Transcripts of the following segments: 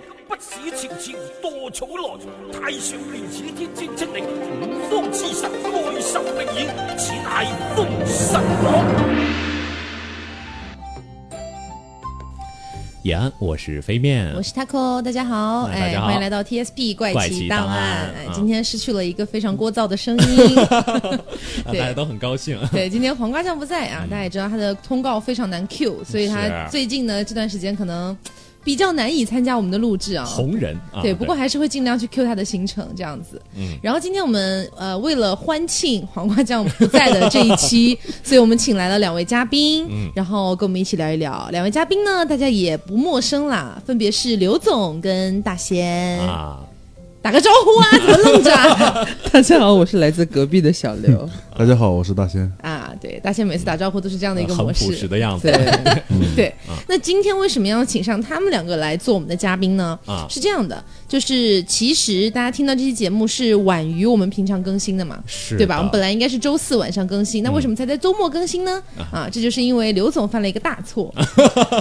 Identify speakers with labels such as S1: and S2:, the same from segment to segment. S1: 於朝朝多草來，太上蓮此天之精靈，五方之神愛受命演，此乃封神榜。
S2: 延安，我是飞面，
S3: 我是 Taco，大家好，
S2: 哎
S3: 哎，
S2: 大家好
S3: 欢迎来到 TSP 怪
S2: 怪奇
S3: 奇
S2: 档
S3: 档
S2: 案
S3: 哎
S2: 嗯
S3: 今天失去了一个非常聒噪的声音，
S2: 啊
S3: 对
S2: 大家都很高兴。
S3: 对，今天黄瓜酱不在啊，大家也知道他的通告非常难 Q，所以他
S2: 是
S3: 最近呢这段时间可能比较难以参加我们的录制啊。
S2: 红人啊，
S3: 对，不过还是会尽量去 Q 他的行程这样子。嗯，然后今天我们呃为了欢庆黄瓜酱不在的这一期， 所以我们请来了两位嘉宾，
S2: 嗯
S3: 然后跟我们一起聊一聊。两位嘉宾呢，大家也不陌生啦，分别是刘总跟大仙，
S2: 啊，
S3: 打个招呼啊，怎么愣 着啊？
S4: 大家好，我是来自隔壁的小 刘。
S5: 大家好，我是大仙。
S3: 啊，对，大仙每次打招呼都是这样的一个
S2: 很
S3: 模
S2: 朴
S3: 式，
S2: 实的嗯样子
S4: 对，
S3: 对，那今天为什么要请上他们两个来做我们的嘉宾呢？
S2: 啊，
S3: 是这样的，就是其实大家听到这期节目是晚于我们平常更新的嘛，
S2: 是
S3: 对吧？我们本
S2: 来
S3: 来应该是周四晚上更新，那为什么才在周末更新呢？啊，这就是因为刘总犯了一个大错，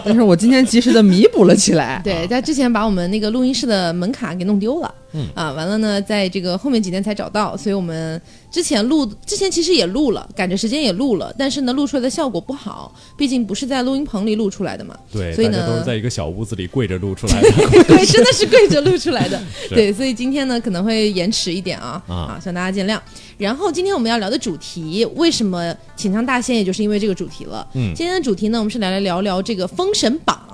S4: 但是我今天及时的弥补了起来。
S3: 对，他之前把我们那个录音室的门卡给弄丢了，
S2: 啊嗯
S3: 啊，完了呢，在这个后面几天才找到，所以我们之前录，之前其实也录了，赶着时间也录了，但是呢，录出来的效果不好，毕竟不是在录音棚里录出来的嘛，
S2: 对，
S3: 所以
S2: 大家
S3: 呢
S2: 都是在一个小屋子里跪着录出来的。
S3: 对，真的是跪着录出来的。
S2: 是
S3: 对，所以今天呢可能会延迟一点啊，
S2: 啊
S3: 啊，希望大家见谅。然后今天我们要聊的主题，为什么请上大仙，也就是因为这个主题了。
S2: 嗯
S3: 今天的主题呢，我们是来来聊聊这个《封神榜》，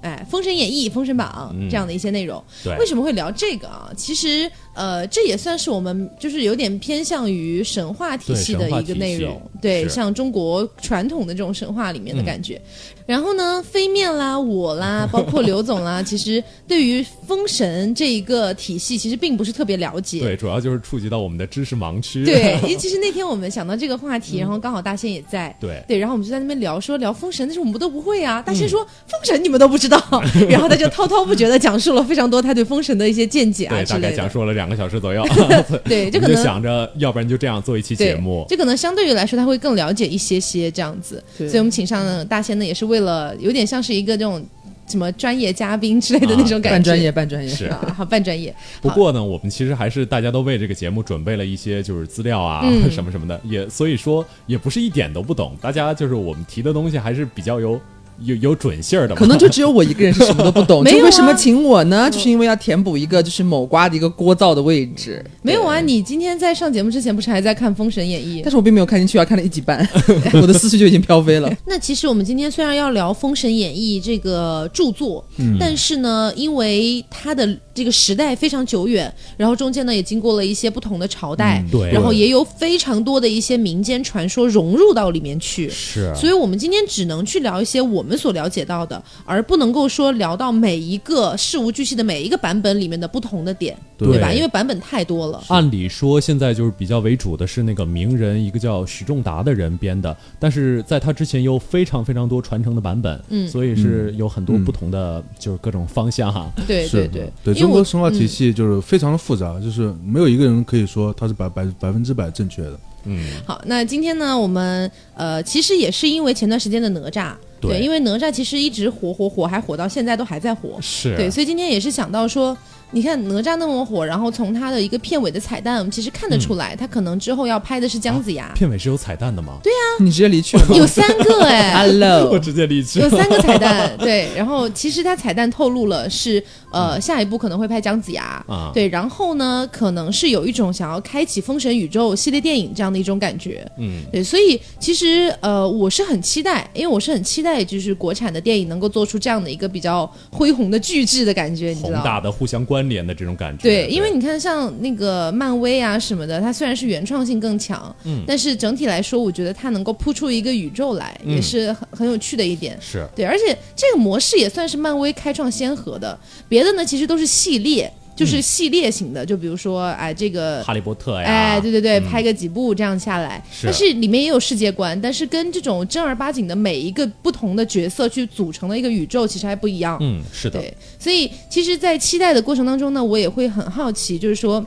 S3: 哎，《封神演义》《封神榜》
S2: 嗯
S3: 这样的一些内容。
S2: 对
S3: 为什么会聊这个啊？其实，呃，这也算是我们就是有点偏向于神话体系的
S2: 对神话
S3: 一
S2: 体
S3: 个
S2: 系
S3: 内容，对，
S2: 是嗯
S3: 像中国传统的这种神话里面的感觉。然后呢，飞面啦，我啦，包括刘总啦，其实对于封神这一个体系，其实并不是特别了 解。
S2: 对，主要就是触及到我们的知识盲区。
S3: 对，因为其实那天我们想到这个话题，然后刚好大仙也在，
S2: 嗯对嗯
S3: 对，然后我们就在那边聊，说聊封神，但是我们都不会啊。大仙说、封神你们都 不知道，然后他就滔滔不绝的讲述了非常多他对封神的一些见解啊
S2: 对，
S3: 之
S2: 大概
S3: 类
S2: 讲
S3: 的。
S2: 述了两个小时 左右。
S3: 对，这
S2: 我
S3: 可
S2: 们就
S3: 能
S2: 想着，要不然就这样做一期
S3: 对
S2: 节目。
S3: 这可能相对于来说他会更了解一些些这样子。所
S4: 对
S3: 以我们请上大仙呢，也是为了有点像是一个这种什么专业嘉宾之类的那种感觉，
S4: 半专业，半专业。
S2: 是
S3: 啊，好半专业。
S2: 不过呢，我们其实还是大家都为这个节目准备了一些就是资料啊、
S3: 嗯
S2: 什么什么的，也所以说也不是一点都不懂。大家就是我们提的东西还是比较有有有准信儿的嘛。
S4: 可能就只有我一个人是什么都不 懂，
S3: 没有啊
S4: 就为什么请我呢？就是因为要填补一个就是某瓜的一个聒噪的位置。
S3: 没有啊，你今天在上节目之前不是还在看《封神演义》
S4: 但？是我并没有看进去啊，看了一 集半，我的思绪就已经飘飞了。
S3: 那其实我们今天虽然要聊《封神演义》这个著作，
S2: 嗯
S3: 但是呢，因为它的这个时代非常久远，然后中间呢也经过了一些不同的朝代，
S2: 嗯对
S3: 然后也有非常多的一些民间传说融入到里面去。
S2: 是
S3: 所以，我们今天只能去聊一些我们所了解到的，而不能够说聊到每一个事无巨细的每一个版本里面的不同的点，对
S2: 对
S3: 吧？因为版本太多了。
S2: 按理说，现在就是比较为主的是那个名人，一个叫许仲达的人编的，但是在他之前有非常非常多传承的版本，
S3: 嗯
S2: 所以是有很多不同的，就是各种方向
S4: 嗯
S2: 哈、
S3: 对
S5: 是
S3: 哎对对，
S5: 对，
S3: 因为
S5: 中
S3: 我嗯
S5: 国神话体系就是非常的复杂，就是没有一个人可以说他是百百百分之百正确的。
S2: 嗯，
S3: 好，那今天呢，我们呃，其实也是因为前段时间的哪吒，
S2: 对
S3: 因为哪吒其实一直火火火，还火到现在都还在火，
S2: 是啊
S3: 对，所以今天也是想到说，你看哪吒那么火，然后从他的一个片尾的彩蛋，我们其实看得出来，他可能之后要拍的是姜子 牙，
S2: 片尾是有彩蛋的吗？
S4: 你直接离去了
S2: 哦
S4: 吗
S3: 有三个哎。
S2: 我
S4: ？Hello，
S2: 直接离 去
S3: 有
S2: 了。
S3: 三个彩蛋，对，然后其实他彩蛋透露了是，呃，下一步可能会拍姜子牙，
S2: 嗯啊
S3: 对，然后呢，可能是有一种想要开启封神宇宙系列电影这样的一种感觉，
S2: 嗯，
S3: 对，所以其实呃，我是很期待，因为我是很期待，就是国产的电影能够做出这样的一个比较恢宏的巨制的感觉，你知
S2: 宏
S3: 道
S2: 大
S3: 吗？
S2: 的互相关联的这种感觉。
S3: 对，因为你看，像那个漫威啊什么的，它虽然是原创性更强，
S2: 嗯
S3: 但是整体来说，我觉得它能够铺出一个宇宙来，
S2: 嗯
S3: 也是很很有趣的一点。
S2: 是
S3: 对，而且这个模式也算是漫威开创先河的，别的呢其实都是系列，就是系列型的，就比如说哎这个
S2: 嗯哈利波特呀，
S3: 哎，对对对，
S2: 嗯
S3: 拍个几部这样下来，
S2: 是
S3: 但是里面也有世界观，但是跟这种正儿八经的每一个不同的角色去组成的一个宇宙，其实还不一样。
S2: 嗯，是的，
S3: 对，所以其实，在期待的过程当中呢，我也会很好奇，就是说。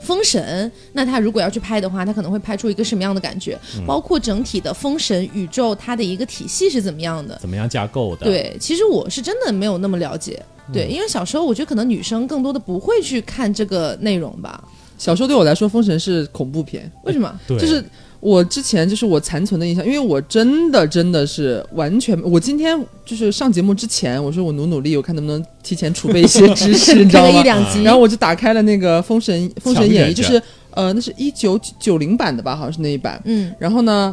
S3: 封神，那他如果要去拍的话，他可能会拍出一个什么样的感觉？
S2: 嗯
S3: 包括整体的封神宇宙，它的一个体系是怎么样的？
S2: 怎么样架构的？，
S3: 对，其实我是真的没有那么了解。对，因为小时候我觉得可能女生更多的不会去看这个内容吧？
S4: 小时候对我来说，《封神》是恐怖片，
S3: 为什么？
S2: 对，
S4: 就是我之前就是我残存的印象，因为我真的真的是完全，我今天就是上节目之前，我说我努努力，我看能不能提前储备一些 知识，你知
S3: 看
S4: 道
S3: 个一
S4: 吗？
S3: 两集，
S4: 然后我就打开了那个《封神》《封神演义》，就
S2: 强
S4: 是呃，那是一九九零版的吧，好像是那一版。
S3: 嗯，
S4: 然后呢，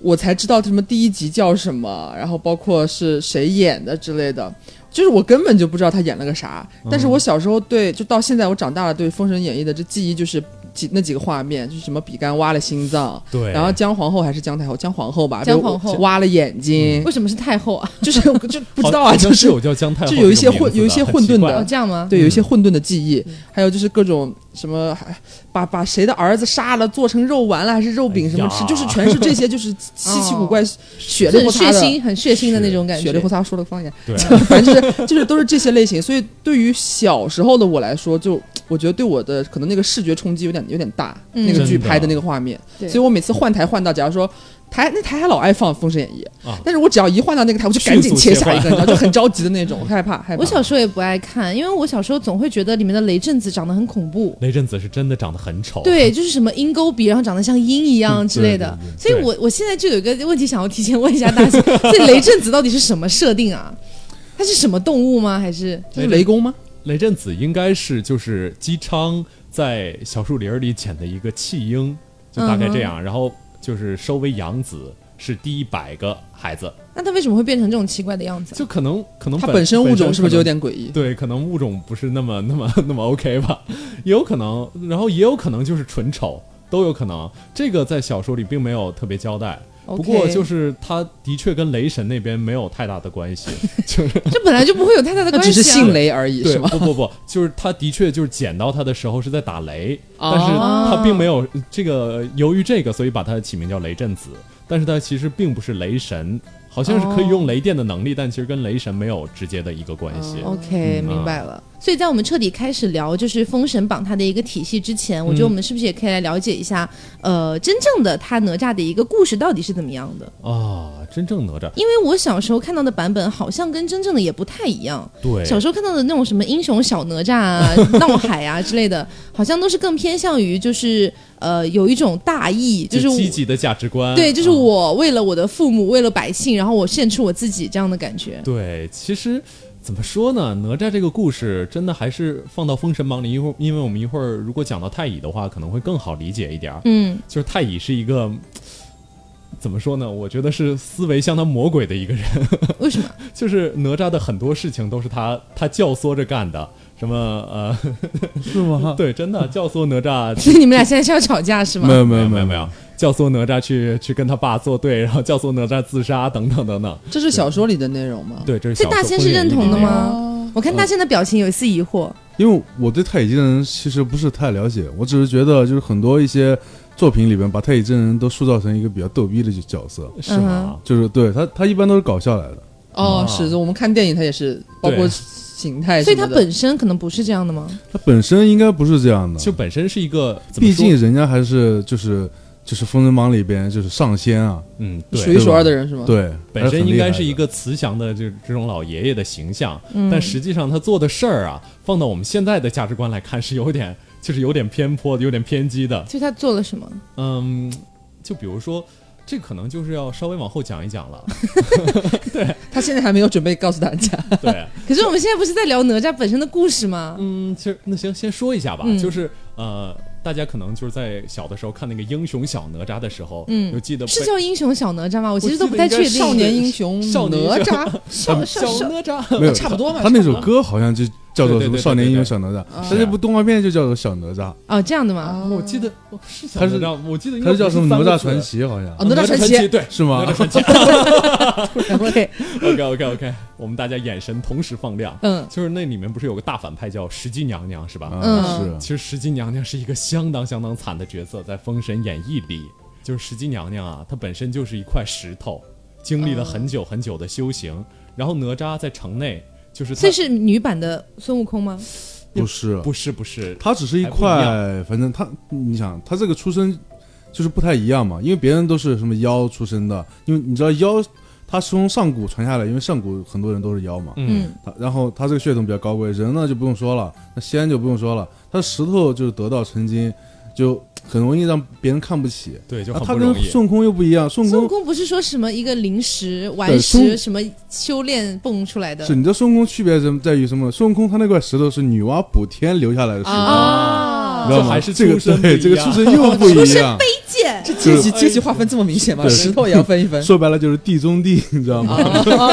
S4: 我才知道什么第一集叫什么，然后包括是谁演的之类的。就是我根本就不知道他演了个啥，但是我小时候对，就到现在我长大了，对《封神演义》的这记忆就是几那几个画面，就是什么比干挖了心脏，
S2: 对，
S4: 然后姜皇后还是姜太后，姜皇后吧，
S3: 姜皇后
S4: 就挖了眼睛，
S3: 为什么是太后啊？
S4: 就是就不知道
S2: 好
S4: 啊，
S2: 像
S4: 就是
S2: 有叫姜太后
S4: 就
S2: 这个名字的，
S4: 有一些混有一些
S2: 很
S4: 混
S2: 奇
S4: 沌
S2: 怪
S4: 的
S3: 哦，这样吗？
S4: 对，有一些混沌的记忆，
S3: 嗯
S4: 还有就是各种什么，还把把谁的儿子杀了，做成肉丸了，还是肉饼什么
S2: 哎
S4: 吃，
S2: 呀
S4: 就是全是这 些，就是稀奇古怪、血
S3: 就很
S4: 里胡
S3: 哦血
S4: 擦的。
S3: 腥，很血腥的那种感
S4: 血
S3: 觉
S4: 里。胡擦说了个方言，
S2: 对
S4: 反正就是就是都是这些类型，所以对于小时候的我来说，就我觉得对我的可能那个视觉冲击有点有点大，
S3: 嗯
S4: 那个剧
S2: 真的
S4: 拍的那个画面，
S3: 对
S4: 所以我每次换台换到，假如说台那台还老爱放《封神演义》
S2: 啊
S4: 但是我只要一换到那个台，我就赶
S2: 迅
S4: 紧
S2: 速
S4: 切
S2: 切
S4: 下一
S2: 换
S4: 个，你知道，就很着急的那种，我害怕害怕。
S3: 我小时候也不爱看，因为我小时候总会觉得里面的雷震子长得很恐怖。
S2: 那阵子是真的长得很丑，，
S3: 对，就是什么鹰钩鼻，然后长得像鹰一样之类的所
S5: 对。
S3: 以
S2: 对
S3: 我我现在就有一个问题想要提前问一下大家， 所以雷震子到底是什么设定啊？它是什么动物吗？还是
S4: 这是雷公吗？
S2: 雷震子应该是就是姬昌在小树林儿里捡的一个弃婴，就大概这
S4: 嗯
S2: 样，然后就是收为养子，是第一百个孩子，
S3: 那它为什么会变成这种奇怪的样 子啊？
S2: 就可能可能
S4: 它本身物种是不是就有
S2: 点？
S4: 点诡异？
S2: 对，可能物种不是那么 那么那么 OK 吧，也有可能，然后也有可能就是纯丑，都有可能。这个在小说里并没有特别交代，不过
S3: OK
S2: 就是他的确跟雷神那边没有太大的关系，就是
S3: 这本来就不会有太大的
S4: 它
S3: 关
S4: 只
S3: 系、啊。
S4: 是姓雷而已，
S2: 对，
S4: 是吗？
S2: 不不不，就是他的确就是捡到他的时候是在打雷，
S4: 哦
S2: 但是他并没有这个，由于这个，所以把他起名叫雷震子，但是他其实并不是雷神。好像是可以
S3: 哦
S2: 用雷电的能力，但其实跟雷神没有直接的一个关系。
S3: OK，、
S2: 嗯
S3: 明白了。所以在我们彻底开始聊就是《封神榜》它的一个体系之前，我
S2: 嗯
S3: 觉得我们是不是也可以来了解一下，呃，真正的他哪吒的一个故事到底是怎么样的？
S2: 啊，真正哪吒，
S3: 因为我小时候看到的版本好像跟真正的也不太一样。
S2: 对，
S3: 小时候看到的那种什么英雄小哪吒 啊、闹海啊之类的，好像都是更偏向于就是呃有一种大义，就是我
S2: 积极的价值观。
S3: 对，就是
S2: 嗯
S3: 我为了我的父母，为了百姓，然后我献出我自己这样的感觉。
S2: 对，其实怎么说呢？哪吒这个故事真的还是放到《封神榜》里，一会儿，因为我们一会儿如果讲到太乙的话，可能会更好理解一点儿。
S3: 嗯，
S2: 就是太乙是一个。怎么说呢？我觉得是思维相当魔鬼的一个人，
S3: 为什么？
S2: 就是哪吒的很多事情都是他他教唆着干的，什么呃，
S5: 是吗？
S2: 对，真的教唆哪吒
S3: 所以你们俩现在是要吵架是吗？
S5: 没有没
S2: 没有
S5: 有
S2: 没有
S5: 有
S2: 没有，教唆哪吒去去跟他爸作对，然后教唆哪吒自杀等等等等。
S4: 这是小说里的内容吗？
S2: 对，这是
S3: 所
S2: 小
S3: 以大
S2: 说
S3: 仙
S2: 封
S3: 是
S2: 神演
S3: 认
S2: 义
S3: 同
S2: 里
S3: 的
S2: 面
S3: 吗？
S4: 哦
S3: 我看大仙的表情有一丝疑惑，
S5: 因为我对太乙真人其实不是太了解，我只是觉得就是很多一些作品里边把太乙真人都塑造成一个比较逗逼的角色，
S2: 是
S3: 嗯
S2: 吗？
S5: 就是对他他一般都是搞笑来的。
S2: 啊，
S4: 哦是的，我们看电影它也是，包括形态什
S3: 所
S4: 么的，
S3: 以他本身可能不是这样的吗？
S5: 他本身应该不是这样的，
S2: 就本身是一个，怎么
S5: 毕
S2: 说
S5: 竟人家还是就是就是《封神榜》里边就是上仙啊，
S2: 嗯，
S4: 数
S2: 对，
S4: 一数二的人是吗？，
S5: 对，
S2: 本身应该是一
S5: 还很厉害的。
S2: 个慈祥的这这种老爷爷的形象，
S4: 嗯
S2: 但实际上他做的事儿啊，放到我们现在的价值观来看，是有点就是有点偏颇的，有点偏激的。
S3: 所以他做了什么？
S2: 嗯，就比如说，这可能就是要稍微往后讲一讲了。
S4: 他现在还没有准备告诉大家。
S2: 对，
S3: 可是我们现在不是在聊哪吒本身的故事吗？
S2: 嗯，其实那行先说一下吧，
S3: 嗯
S2: 就是呃，大家可能就是在小的时候看那个英雄小哪吒的时候，
S3: 嗯
S2: 就记得
S3: 是
S2: 被
S3: 叫英雄小哪吒吗？我其实都不太
S2: 我
S3: 确
S2: 记得应该是
S3: 定。
S4: 少年英 雄
S2: 少
S4: 哪
S2: 年英雄
S4: 吒，
S3: 少
S2: 小
S3: 少少
S2: 哪吒，
S5: 没有
S4: 差不多嘛
S5: 他那首歌好像就叫做
S2: 对对
S5: 什么
S2: 对
S5: 《少年
S2: 对对
S5: 英雄小哪吒》，
S4: 啊
S5: 他这部动画片就叫做《小哪吒》，
S3: 哦，这样的吗？
S2: 我记得哦是小
S5: 他
S2: 哪
S5: 是
S2: 吒，我记得应
S5: 他
S2: 该
S5: 是叫
S2: 不
S5: 什么《
S2: 三
S5: 哪
S2: 个
S5: 吒
S2: 字
S5: 传奇》好像
S2: 嗯
S4: 啊，哪吒传奇
S2: 奇，对，
S5: 是 吗
S2: 哪吒传奇
S3: 对，
S2: ，OK OK OK，我们大家眼神同时放亮。
S3: 嗯，
S2: 就是那里面不是有个大反派叫石矶娘娘 是吧？
S5: 啊，
S2: 其
S5: 是
S2: 实石矶娘娘是一个相当相当惨的角色，在《封神演义》里，就是石矶娘娘啊，她本身就是一块石头，经历了很久很久的修行。然后哪吒在城内，就是
S3: 所
S2: 他
S3: 以是女版的孙悟空吗？
S5: 不是，
S2: 不是不是，
S5: 它只是一
S2: 还不一
S5: 块，反正它，你想，它这个出身就是不太一样嘛，因为别人都是什么妖出身的，因为你知道妖，它是从上古传下来，因为上古很多人都是妖嘛，
S2: 嗯
S3: 嗯
S5: 它然后它这个血统比较高贵，人呢就不用说了，那仙就不用说了，它石头就是得道成金，就很容易让别人看不起。
S2: 对，就
S5: 啊，
S2: 很
S5: 他
S2: 不
S5: 跟
S2: 容易。
S5: 孙悟空又不一样，孙悟
S3: 嗯孙悟
S5: 空
S3: 空不是说什么一个灵石顽
S5: 对孙
S3: 石
S5: 悟
S3: 什么修炼蹦出来的
S5: 是你知道孙悟空区别在在于什么？孙悟空他那块石头是女娲补天留下来的石头，
S3: 啊
S5: 你知道
S2: 这
S5: 吗？
S2: 还是
S5: 这个
S2: 出身
S5: 对
S2: 不一
S5: 这个
S2: 样
S5: 出身又不一 样，
S3: 卑贱，
S4: 这阶级
S2: 就是
S4: 阶级划分这么明显吗？
S5: 对
S4: 石头也要分一分。
S5: 说白了就是地 中地，你知道吗？
S3: 啊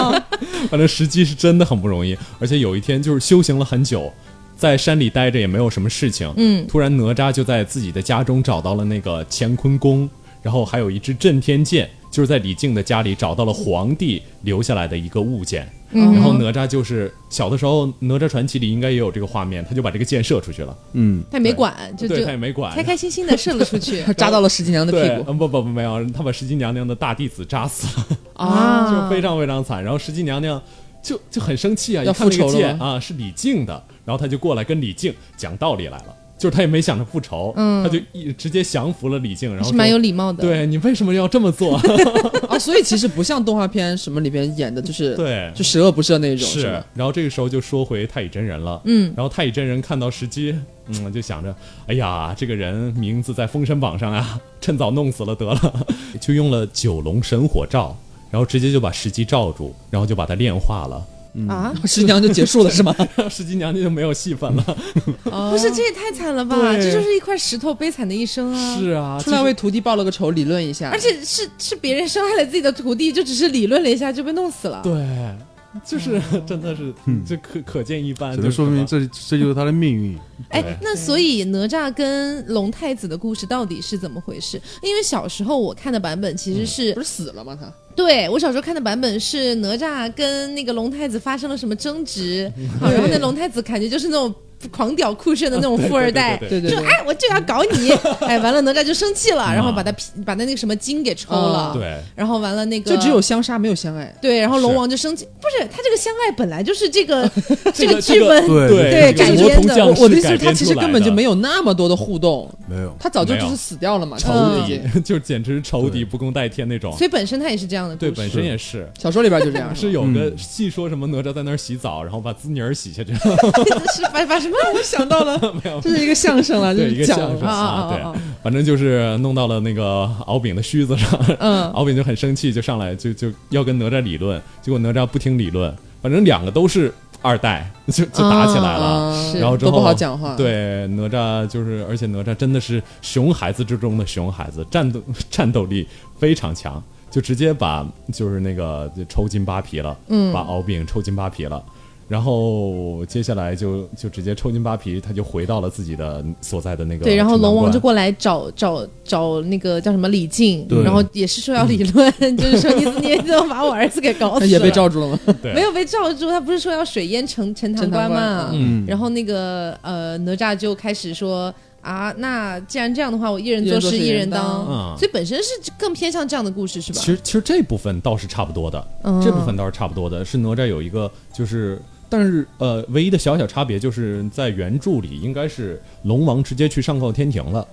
S2: 反正时机是真的很不容易，而且有一天就是修行了很久，在山里待着也没有什么事情，
S3: 嗯
S2: 突然哪吒就在自己的家中找到了那个乾坤弓，然后还有一支震天剑，就是在李靖的家里找到了皇帝留下来的一个物件。
S3: 嗯
S2: 然后哪吒就是小的时候，《哪吒传奇》里应该也有这个画面，他就把这个箭射出去了，
S5: 嗯，
S3: 他也没管，就
S2: 对
S3: 就
S2: 他也没管，
S3: 开开心心的射了出 去
S4: 他扎到了石矶娘的
S2: 对，
S4: 屁股
S2: 嗯不不不没有，他把石矶娘娘的大弟子扎死了，就
S3: 啊，
S2: 非常非常惨。然后石矶娘娘就就很生气啊，
S4: 要
S2: 一看那
S4: 复
S2: 个
S4: 仇了
S2: 剑
S4: 吗
S2: 啊是李靖的，然后他就过来跟李靖讲道理来了，就是他也没想着复仇，
S3: 嗯
S2: 他就一直接降服了李靖，然
S3: 还
S2: 后
S3: 是蛮
S2: 说
S3: 有礼貌的。，
S2: 对你为什么要这么做？
S4: 啊，所以其实不像动画片什么里边演的，就是
S2: 对
S4: 就十恶不赦那种，是吧？
S2: 然后这个时候就说回太乙真人了，
S3: 嗯
S2: 然后太乙真人看到时机，嗯，就想着，哎呀，这个人名字在封神榜上啊， 趁早弄死了得了， 就用了九龙神火罩，然后直接就把时机罩住，然后就把他炼化了，
S3: 啊，
S4: 石矶娘就结束了是吗？
S2: 然后石矶娘娘就没有戏份了。
S3: 不是这也太惨了吧？
S2: 哦对
S3: 这就是一块石头，悲惨的一生啊。
S2: 是啊，
S4: 嗯出来
S2: 其
S4: 为
S2: 实
S4: 徒弟报了个仇，理论一下，
S3: 而且是是别人伤害了自己的徒弟，就只是理论了一下就被弄死了。
S2: 对。就是
S4: 嗯
S2: 真的是，这可可见一斑，
S5: 嗯只
S2: 就
S5: 能说
S2: 是
S5: 明
S2: 吧
S5: 这这就是他的命运。
S3: 哎，那所以哪吒跟龙太子的故事到底是怎么回事？因为小时候我看的版本其
S2: 嗯
S3: 实是
S4: 不是死了吗？他
S3: 对我小时候看的版本是哪吒跟那个龙太子发生了什么争执，
S2: 嗯
S3: 啊，然后那龙太子感觉就是那种狂屌酷炫的那种富二代，
S2: 对嗯
S4: 对对
S3: 说
S4: 对，
S3: 哎我就要搞你，哎完了哪吒就生气了，然后把他皮把他那个什么筋给抽了，
S4: 啊
S2: 对，
S3: 然后完了那个
S4: 就只有相杀没有相爱，
S3: 对，然后龙
S2: 是
S3: 王就生气，不是他这个相爱本来就是这个
S2: 这
S3: 个
S2: 个
S3: 剧本
S5: 对
S2: 对
S3: 对改
S2: 魔
S3: 编
S2: 童
S3: 的
S2: 降
S4: 我的
S2: 世
S4: 意思
S2: 改
S4: 是，他
S2: 编
S4: 其
S2: 出
S4: 实
S2: 来
S4: 根本就
S2: 的
S4: 没有那么多的互动，
S5: 没有，
S4: 他早就
S2: 没有
S4: 就是死掉了嘛，
S2: 仇
S4: 已
S2: 敌
S4: 经。，
S2: 就是简直是仇敌不共戴天那种
S3: 所。以本身他也是这样的故
S2: 对，
S3: 事。
S2: 本身也是，
S4: 小说里边就 这样，
S2: 是有
S5: 嗯
S2: 个戏说什么哪吒在那儿洗澡，然后把滋泥儿洗下去，
S3: 是把把什么？
S4: 我想到了，
S2: 没有，
S4: 这是一个相声了，就
S2: 对一
S4: 是
S2: 个
S4: 讲
S2: 相
S4: 了
S2: 声
S3: 啊啊啊啊
S2: 对，反正就是弄到了那个敖丙的须子上，
S3: 嗯
S2: 敖丙就很生气，就上来就就要跟哪吒理论，结果哪吒不听理论，反正两个都是二代，就就打起来了。
S4: 啊
S3: 是
S2: 然后之
S4: 都
S2: 后
S4: 不好讲话，，
S2: 对哪吒就是，而且哪吒真的是熊孩子之中的熊孩子，战斗 战斗力非常强，就直接把就是那个就抽筋扒皮了，嗯，把敖丙抽筋扒皮了。然后接下来就就直接抽筋扒皮，他就回到了自己的所在的那个
S3: 对，然后
S2: 城
S3: 龙
S2: 隍
S3: 王
S2: 关
S3: 就过来找找找那个叫什么李靖，
S5: 对
S3: 然后也是说要理论，就是说你你怎么把我儿子给搞死
S4: 他
S3: 了？
S4: 也被罩住了吗？
S2: 对
S3: 没有被罩住，他不是说要水淹陈 陈塘
S4: 陈
S3: 关
S4: 塘关
S3: 嘛？
S5: 嗯
S3: 然后那个呃哪吒就开始说啊，那既然这样的话，我一人
S4: 一人
S3: 做
S4: 做
S3: 事
S4: 事
S3: 一
S4: 一人
S3: 人当
S4: 当，
S2: 嗯
S3: 所以本身是更偏向这样的故事是吧？
S2: 其实其实这部分倒是差不多的，
S3: 嗯
S2: 这部分倒是差不多的，是哪吒有一个就是。但是，呃，唯一的小小差别就是在原著里，应该是龙王直接去上告天庭了，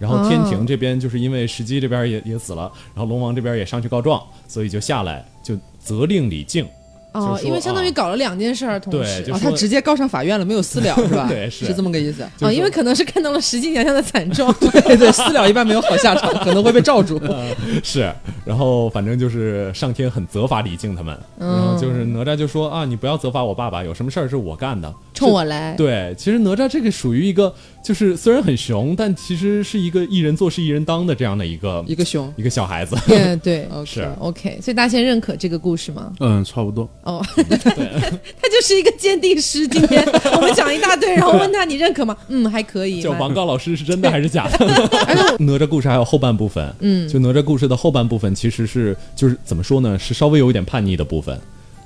S2: 然后天
S3: 哦
S2: 庭这边就是因为石矶这边也也死了，然后龙王这边也上去告状，所以就下来就责令李靖，
S3: 哦
S2: 就，是
S3: 因为
S2: 说
S3: 相当于
S2: 啊
S3: 搞了两件事儿，同时哦
S2: 对 就
S4: 啊，
S2: 是
S4: 他直接告上法院了，没有私 了是吧？
S2: 对
S4: 是
S2: 是
S4: 这么个意思。
S2: 就是
S3: 啊，因为可能是看到了石矶娘娘 的惨状，
S4: 对对，私了一般没有好下场，可能会被罩住。
S2: 嗯是，然后反正就是上天很责罚李靖他们，然后就是
S3: 嗯
S2: 哪吒就说啊，你不要责罚我爸爸，有什么事儿是我干的，
S3: 冲我来。
S2: 对，其实哪吒这个属于一个，就是虽然很熊，但其实是一个一人做事一人当的这样的一个
S4: 一个熊，
S2: 一个小孩子。
S3: 嗯， 对
S4: OK
S2: 是
S3: OK，所以大家先认可这个故事吗？
S5: 嗯，差不多。
S3: 哦，
S2: 嗯
S3: 他就是一个鉴定师。今天我们讲一大堆，然后问他你认可吗？嗯，还可以。
S2: 就
S3: 蛮
S2: 王刚老师是真的还是假的？ 哪吒故事还有后半部分，嗯，就哪吒故事的后半部分其实是就是怎么说呢，是稍微有一点叛逆的部分，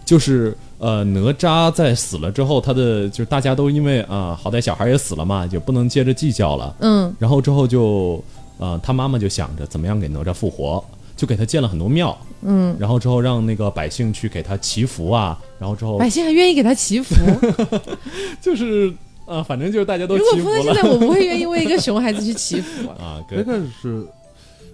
S2: 就是呃哪吒在死了之后，他的就是大家都因为啊、好歹小孩也死了嘛，也不能接着计较了，
S3: 嗯
S2: 然后之后就，呃，他妈妈就想着怎么样给哪吒复活，就给他建了很多庙，嗯，然后之后让那个百姓去给他祈福啊，然后之后
S3: 百姓还愿意给他祈福，
S2: 就是啊，反正就是大家都
S3: 如果
S2: 欺负
S3: 放在现
S2: 了。
S3: 在，我不会愿意为一个熊孩子去祈福
S2: 啊。
S5: 一
S2: 对，
S5: 开始是，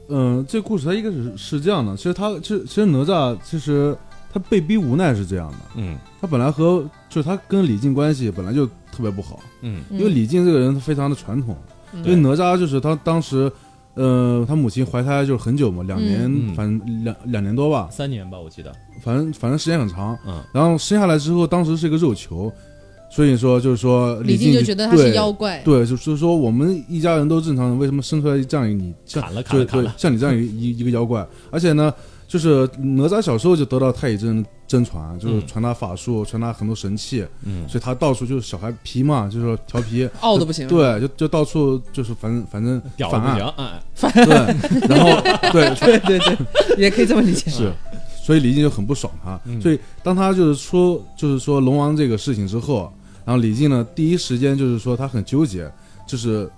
S5: 嗯、这故事它一开始是这样的，其实他其实其实哪吒其实他被逼无奈是这样的，
S2: 嗯
S5: 他本来和就是他跟李靖关系本来就特别不好，
S2: 嗯
S3: 嗯
S5: 因为李靖这个人他非常的传统，因
S2: 对
S5: 为哪吒就是他当时，呃，他母亲怀胎就是很久嘛，两年，
S2: 嗯嗯
S5: 反正两两年多吧，
S2: 三年吧，我记得，
S5: 反正反正时间很长。
S2: 嗯
S5: 然后生下来之后，当时是一个肉球，所以说就是说
S3: 李
S5: 靖
S3: 靖就觉得他是
S5: 对
S3: 妖怪，
S5: 对，就就是说我们一家人都正常人，为什么生出来这样一你像
S2: 砍了砍
S5: 对
S2: 了砍
S5: 对
S2: 了，
S5: 像你这样一 一一个妖怪？而且呢，就是哪吒小时候就得到太乙真真传，就是
S2: 嗯
S5: 传达法术，传达很多神器，
S2: 嗯
S5: 所以他到处就是小孩皮嘛，就是说调皮，
S4: 傲的不行。，
S5: 对，就就到处就是反正反正
S2: 屌的
S5: 反
S2: 不行
S5: 案，
S2: 哎，
S5: 对，然后对
S4: 对对对，也可以这么理解。
S5: 是，所以李靖就很不爽他。
S2: 嗯
S5: 所以当他就是说，就是说龙王这个事情之后，然后李靖呢，第一时间就是说他很纠结，就是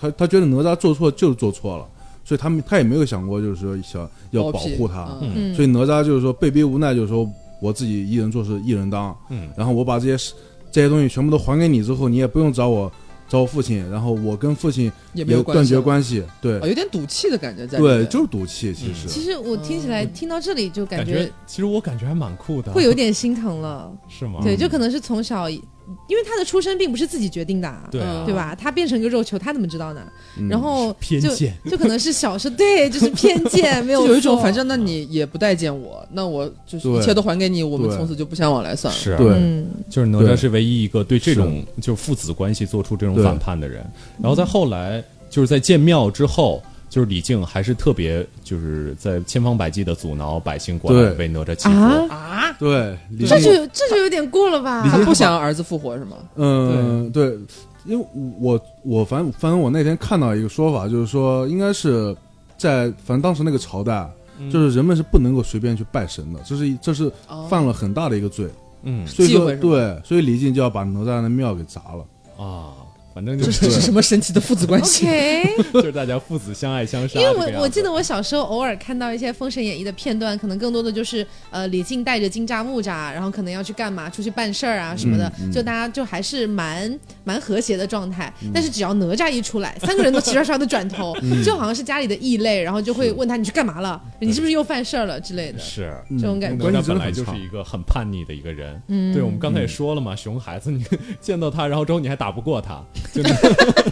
S5: 他他觉得哪吒做错就是做错了，所以他们他也没有想过就是说想要
S4: 包
S5: 保
S4: 庇
S5: 护他，
S4: 嗯
S2: 嗯
S3: 嗯，
S5: 所以哪吒就是说被逼无奈，就是说我自己一人做事一人当，
S2: 嗯，
S5: 然后我把这些事这些东西全部都还给你之后，你也不用找我找我父亲，然后我跟父亲
S4: 也没
S5: 也
S4: 有
S5: 断绝
S4: 系
S5: 关系，对
S4: 啊，有点赌气的感觉在里面。
S5: 对，就是赌气其
S2: 嗯
S5: 实。
S3: 其实我听起来听到这里就
S2: 感
S3: 感觉
S2: 其实我感觉还蛮酷的，啊
S3: 会有点心疼了。
S2: 是吗？
S3: 对，就可能是从小，因为他的出身并不是自己决定的啊，
S2: 对啊
S3: 对吧？他变成一个肉球，他怎么知道呢？
S5: 嗯
S3: 然后
S2: 偏
S3: 就
S2: 见
S3: 就可能是小时候对，就是偏见，没有
S4: 就有一种
S3: 错
S4: 反正那你也不待见我，那我就是
S5: 对
S4: 一切都还给你，我们
S5: 对
S4: 从此就不相往来算了。
S2: 是
S5: 对，
S3: 嗯，
S2: 就是哪吒
S5: 对
S2: 是唯一一个对这种就是父子关系做出这种
S5: 对
S2: 反叛的人。然后在后来，就是在建庙之后，就是李靖还是特别就是在千方百计的阻挠百姓过来
S5: 对
S2: 为哪吒祈福。
S3: 啊，
S4: 啊，
S5: 对，李
S3: 这
S5: 靖
S3: 就这就有点过了吧？
S4: 他不想让儿子复活是吗？
S5: 嗯，对，因为我我反正反正我那天看到一个说法，就是说应该是在反正当时那个朝代，就是人们是不能够随便去拜神的，这是一这是
S4: 哦
S5: 犯了很大的一个罪，
S2: 嗯
S5: 所以
S4: 忌
S5: 说
S4: 讳是吧
S5: 对，所以李靖就要把哪吒的庙给砸了。
S2: 啊，反正就
S4: 这
S2: 是
S4: 这是什么神奇的父子 关系？
S3: OK，
S2: 就是大家父子相爱相杀。
S3: 因为
S2: 这个样
S3: 我
S2: 子
S3: 我记得我小时候偶尔看到一些《封神演义》的片段，可能更多的就是呃李靖带着金吒、木吒，然后可能要去干嘛，出去办事儿啊什么的，
S5: 嗯嗯
S3: 就大家就还是蛮蛮和谐的状态。但是只要哪吒一出来，三个人都齐刷刷的转头，就好像是家里的异类，然后就会问他你去干嘛了，你是不是又犯事儿了之类的。
S2: 是。
S5: 嗯
S3: 这种感觉
S2: 哪
S5: 关系
S2: 吒本
S5: 真的
S2: 来
S5: 很
S2: 就
S5: 差
S2: 是。一个很叛逆的一个人，嗯，对我们刚才也说了嘛，熊孩子，你 见到他，然后之后你还打不过他，就 那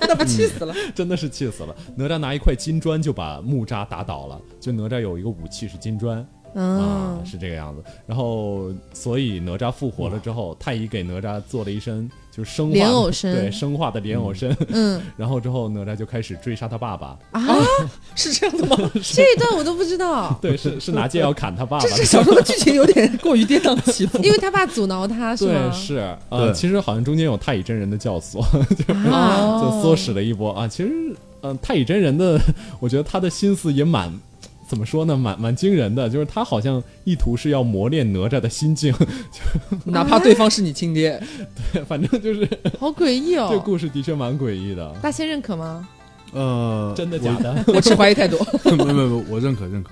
S4: 那不气死了！
S5: 嗯
S2: 真的是气死了。哪吒拿一块金砖就把木吒打倒了，就哪吒有一个武器是金砖，啊
S3: 嗯，，
S2: 是这个样子。然后，所以哪吒复活了之后，太乙给哪吒做了一身就是生化
S3: 莲藕身
S2: 对生化的莲藕身。
S3: 嗯
S2: 然后之后哪吒就开始追杀他爸爸，
S3: 啊，
S4: 是这样的吗？
S3: 这一段我都不知道
S2: ，对，是是拿剑要砍他爸爸
S4: 这。这小说的剧情有点过于跌宕起伏。
S3: 因为他爸阻挠他是
S2: 对，
S3: 吗？
S2: 是啊、
S5: 对
S2: 其实好像中间有太乙真人的教唆，
S3: 啊，
S2: 就唆使了一波啊。其实，嗯、太乙真人的， 我觉得他的心思也蛮。怎么说呢，蛮蛮惊人的，就是他好像意图是要磨练哪吒的心境，
S4: 哪怕对方是你 亲爹，
S2: 反正就是
S3: 好诡异
S2: 这
S3: 哦。
S2: 故事的确蛮诡异的，
S3: 大仙认可吗？
S5: 呃，
S2: 真的假的？
S4: 我持怀疑态 度。
S5: 没 没没，我认可认可。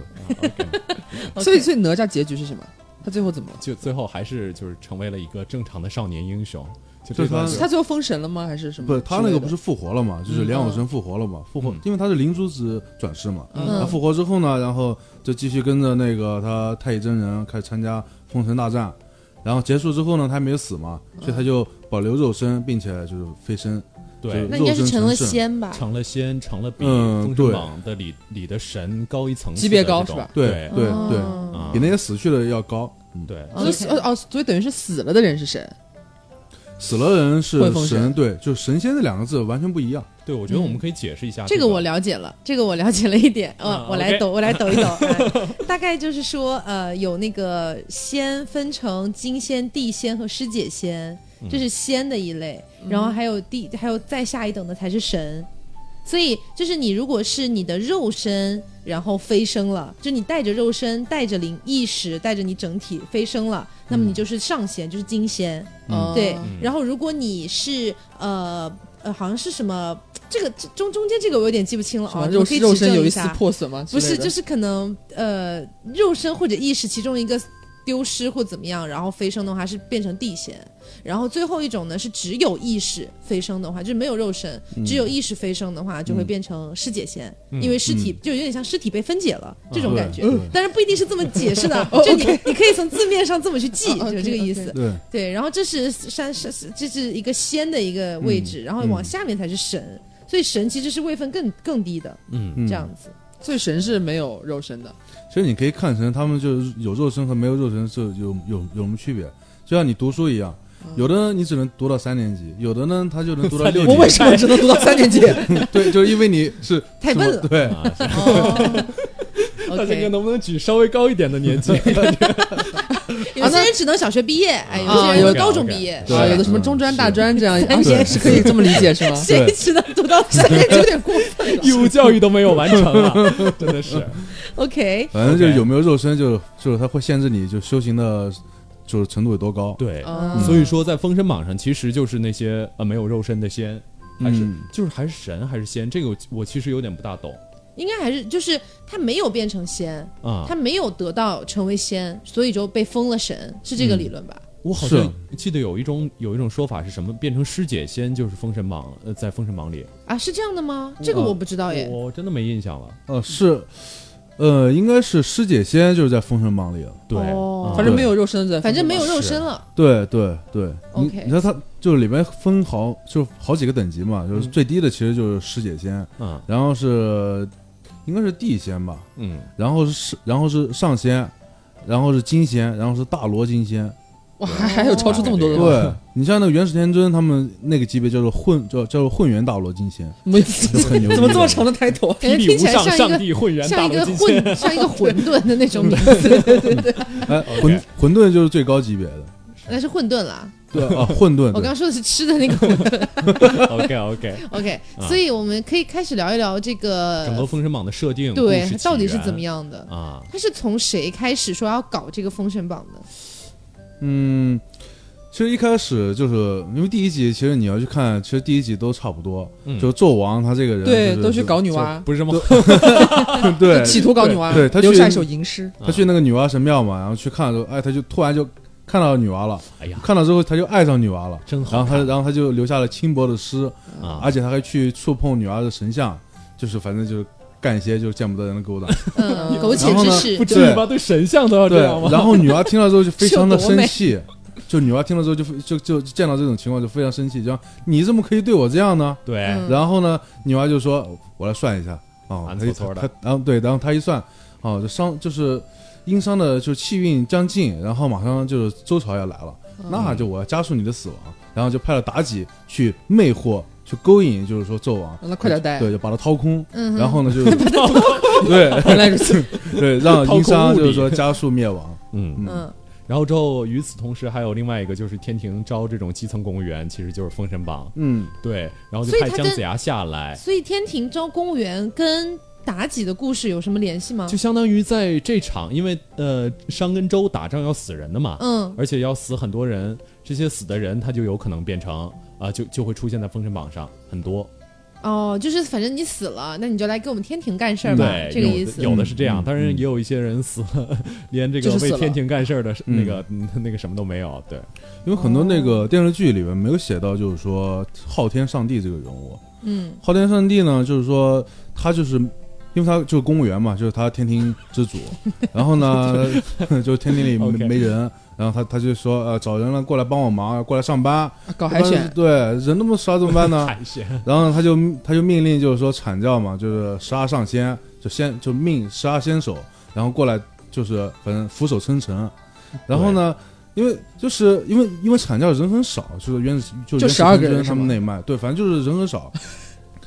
S4: 所以，所以哪吒结局是什么？他最后怎么了？
S2: 就最后还是就是成为了一个正常的少年英雄，就这
S5: 就是他
S2: 段
S4: 他最后封神了吗？还是什么之
S5: 不
S4: 类的？
S5: 是
S4: 嗯
S5: 他那个不是复活了嘛？就是梁永生复活了嘛？复活，因为他是灵珠子转世嘛。他
S3: 嗯
S5: 复活之后呢，然后就继续跟着那个他太乙真人开始参加封神大战，然后结束之后呢，他还没有死嘛，所以他就保留肉身，并且就是飞升。
S2: 对
S5: 就
S3: 那应该是
S5: 肉身
S3: 成了
S5: 成圣
S3: 仙吧？
S2: 成了仙，成了比
S5: 嗯
S2: 封神
S5: 对
S2: 榜的里里的神高一层次
S4: 级别
S2: 的这
S4: 高
S2: 种
S4: 是吧
S5: 对对对，
S2: 啊
S3: 哦
S5: 比那些死去的要高。嗯
S2: 对
S4: 所以死哦哦，所以等于是死了的人是谁？
S5: 死了人是
S4: 会封神
S5: 神，对，就是神仙这两个字完全不一样。
S2: 对，我觉得我们可以解释一
S4: 嗯
S2: 下
S3: 这个我了解了， 这个我了解了 一点，呃
S2: 啊，
S3: 我来
S2: OK
S3: 抖，我来抖一抖， 哎大概就是说，呃，有那个仙分成金仙、地仙和师姐仙，
S2: 嗯
S3: 这是仙的一类，然后还有地，还有再下一等的才是神。所以，就是你如果是你的肉身，然后飞升了，就你带着肉身、带着灵意识、带着你整体飞升了，那
S2: 嗯
S3: 么你就是上仙，就是金仙。
S5: 嗯
S4: 哦
S3: 对，然后如果你是呃呃，好像是什么这个这中中间这个我有点记不清了
S4: 什
S3: 啊，
S4: 么
S3: 你
S4: 肉
S3: 可以
S4: 肉
S3: 呃指丢失或怎么样，然后飞升的话是变成地仙，然后最后一种呢是只有意识飞升的话，就是没有肉身，
S4: 嗯
S3: 只有意识飞升的话就会变成尸解仙，因为尸体
S4: 嗯
S3: 就有点像尸体被分解了、
S4: 啊
S3: 这种感觉，
S5: 对对
S3: 但是不一定是这么解释 的，就你你可以从字面上这么去记，
S4: 哦
S3: 就是这个意思。
S4: OK，OK
S5: 对，
S3: 对，然后这是山山，这是一个仙的一个位置，然后往下面才是神，所以神其实是位分更更低的，
S2: 嗯，
S5: 嗯
S3: 这样子。
S4: 所以神是没有肉身的，
S5: 其实你可以看成他们就是有肉身和没有肉身是有有有什么区别，就像你读书一样，有的呢你只能读到三年级，有的呢他就能读到六
S2: 对
S4: 我
S5: 年
S4: 为
S5: 级。
S4: 什么只能读到三年级？
S5: 对，就是因为你是
S3: 太
S5: 什么
S3: 笨了
S5: 对，
S4: 哦
S2: 大家
S4: OK，
S2: 能不能举稍微高一点的年 纪？
S3: 有些人只能小学毕业，哎，有
S4: 啊
S3: 些
S4: 有
S3: 人高中毕业，
S5: 对
S4: 啊，有的什么中专、
S5: 嗯
S4: 大专这样，
S3: 三
S4: 啊
S3: 年
S4: 是可以这么理解是吗？
S3: 谁只能读到三年级有点过分了。
S2: 义务教育都没有完成 啊，真的是。
S5: 嗯
S3: OK，
S5: 反正就是
S2: OK
S5: 有没有肉身就就是它会限制你就修行的，就是程度有多高。
S2: 对，
S4: 哦
S3: 嗯
S2: 所以说在《封神榜》上，其实就是那些呃没有肉身的仙，还是、
S5: 嗯
S2: 就是还是神还是仙，这个我我其实有点不大懂
S3: 应该还是就是他没有变成仙，
S2: 啊。
S3: 他没有得到成为仙，所以就被封了神，是这个理论吧？
S2: 我好像记得有一种有一种说法是什么变成师姐仙，就是《封神榜》呃，在《封神榜》里，
S3: 啊，是这样的吗？这个我不知道耶。
S2: 我真的没印象了。
S5: 呃，是，呃，应该是师姐仙就是在《封神榜》里了。
S2: 对，
S3: 哦
S2: 啊
S4: 反正没有肉身在，
S3: 反正没有肉
S2: 是
S3: 身了，
S5: 对对对你
S3: OK
S5: 你知道它就是里面分好就是好几个等级嘛，就是最低的其实就是师姐仙，
S2: 嗯
S5: 然后是应该是地仙吧，
S2: 嗯，
S5: 然后是然后是上仙，然后是金仙，然后是大罗金仙。
S4: 哇，还还有超出这么多的吗，
S5: 对你像那个元始天尊他们那个级别叫做混叫叫做混元大罗 金仙，
S4: 没
S5: 就很牛逼。
S4: 怎么这么长的抬头？
S3: 感觉
S2: 霹雳
S3: 听
S2: 无
S3: 起来
S2: 上
S3: 像
S2: 上
S3: 一个
S2: 帝混元
S3: 像
S2: 大
S3: 一个
S2: 罗金 仙，
S3: 混像一个混沌的那种名字，
S5: 哎，混混沌就是最高级别的，
S3: 那是混沌啦。
S5: 对 啊，混沌。
S3: 我
S5: 对
S3: 刚说的是吃的那个混沌。
S2: OK OK，
S3: OK，
S2: 啊
S3: 所以我们可以开始聊一聊这
S2: 整个《
S3: 个
S2: 封神榜》的设定
S3: 呃对到底是怎么
S2: 样
S3: 样的。
S2: 啊？
S3: 他是从谁开始说要搞这个封神榜 的？
S5: 嗯，其实一开始就是因为第一集，其实你要去看，其实第一集都差不多，
S2: 嗯
S5: 就是纣王他这个人、
S4: 对，
S5: 就是
S4: 都去搞女娲，
S2: 不是什么
S5: 对，
S4: 企图搞女娲，
S5: 对对他去
S4: 留下一首吟诗。
S5: 他去那个女娲神庙嘛，然后去看的时候，哎，他就突然就看到女娲了，
S2: 哎呀
S5: 看到之后他就爱上女娲了，
S2: 真好
S5: 然后他
S2: 看
S5: 然后他就留下了轻薄的诗，
S2: 啊
S5: 而且他还去触碰女娲的神像，就是反正就是干一些就是见不得人的 勾当，
S3: 嗯，苟且
S5: 然后
S3: 之
S5: 呢
S3: 事
S2: 不。至于吧？对神像都要
S5: 对
S2: 这样，吗？
S5: 然后女娲听到之后就 非常的
S4: 是有多
S5: 生
S4: 美
S5: 气，就女娲听了之后就非就就就见到这种情况就非常生气，就说你怎么可以对我这样呢？
S2: 对，
S3: 嗯
S5: 然后呢，女娲就说：“我来算一下啊，
S2: 俺
S5: 她一
S2: 搓搓的
S5: 她然后对，然后她一算，哦，这商就是殷商的就气运将尽，然后马上就是周朝要来了，
S4: 嗯
S5: 那就我要加速你的死亡，然后就派了妲己去魅惑。”去勾引，就是说纣王，
S4: 让他快点待
S5: 对，就把他掏空，
S3: 嗯哼
S5: 然后 呢，就对
S4: 原来如此，
S5: 对，让
S2: 掏空
S5: 殷商
S2: 物
S5: 就
S2: 理
S5: 是说加速灭亡，
S2: 嗯，
S3: 嗯，
S2: 然后之后与此同时还有另外一个就是天庭招这种基层公务员，其实就是《封神榜》
S5: 嗯，
S2: 对，然后就
S3: 所以
S2: 派
S3: 他
S2: 姜
S3: 跟
S2: 子牙下来。
S3: 所以天庭招公务员跟妲己的故事有什么联系吗
S2: 就？相当于在这场，因为呃商跟周打仗要死人的嘛，
S3: 嗯
S2: 而且要死很多人，这些死的人他就有可能变成啊、就就会出现在封神榜上很多。
S3: 哦，就是反正你死了，那你就来给我们天庭干事儿吧
S2: 对，，
S3: 这个
S2: 有的
S3: 意思。
S2: 有的是这样，
S5: 嗯
S2: 当然也有一些人死了，连这
S4: 就
S2: 个
S4: 是死
S2: 为
S4: 了
S2: 天庭干事儿的那个、那个什么都没有。对，
S5: 因为很多
S4: 哦
S5: 那个电视剧里面没有写到，就是说昊天上帝这个人物，啊
S3: 嗯，
S5: 昊天上帝呢，就是说他就是，因为他就是公务员嘛，就是他天庭之主。然后呢，就是天庭里
S2: OK
S5: 没没人，然后他他就说呃找人了过来帮我忙，过来上班。
S4: 搞海
S5: 但是
S4: 选，
S5: 对人那么少怎么办呢？
S2: 海鲜
S5: 然后他就他就命令就是说阐教嘛，就是十二上仙，就先就命十二仙手，然后过来就是反正俯首称臣。然后呢？因为就是因为因为阐教人很少，就是原始就
S4: 就
S5: 原始
S4: 12个
S5: 天
S4: 人
S5: 尊
S4: 是
S5: 他们
S4: 吗
S5: 那一脉，对，反正就是人很少。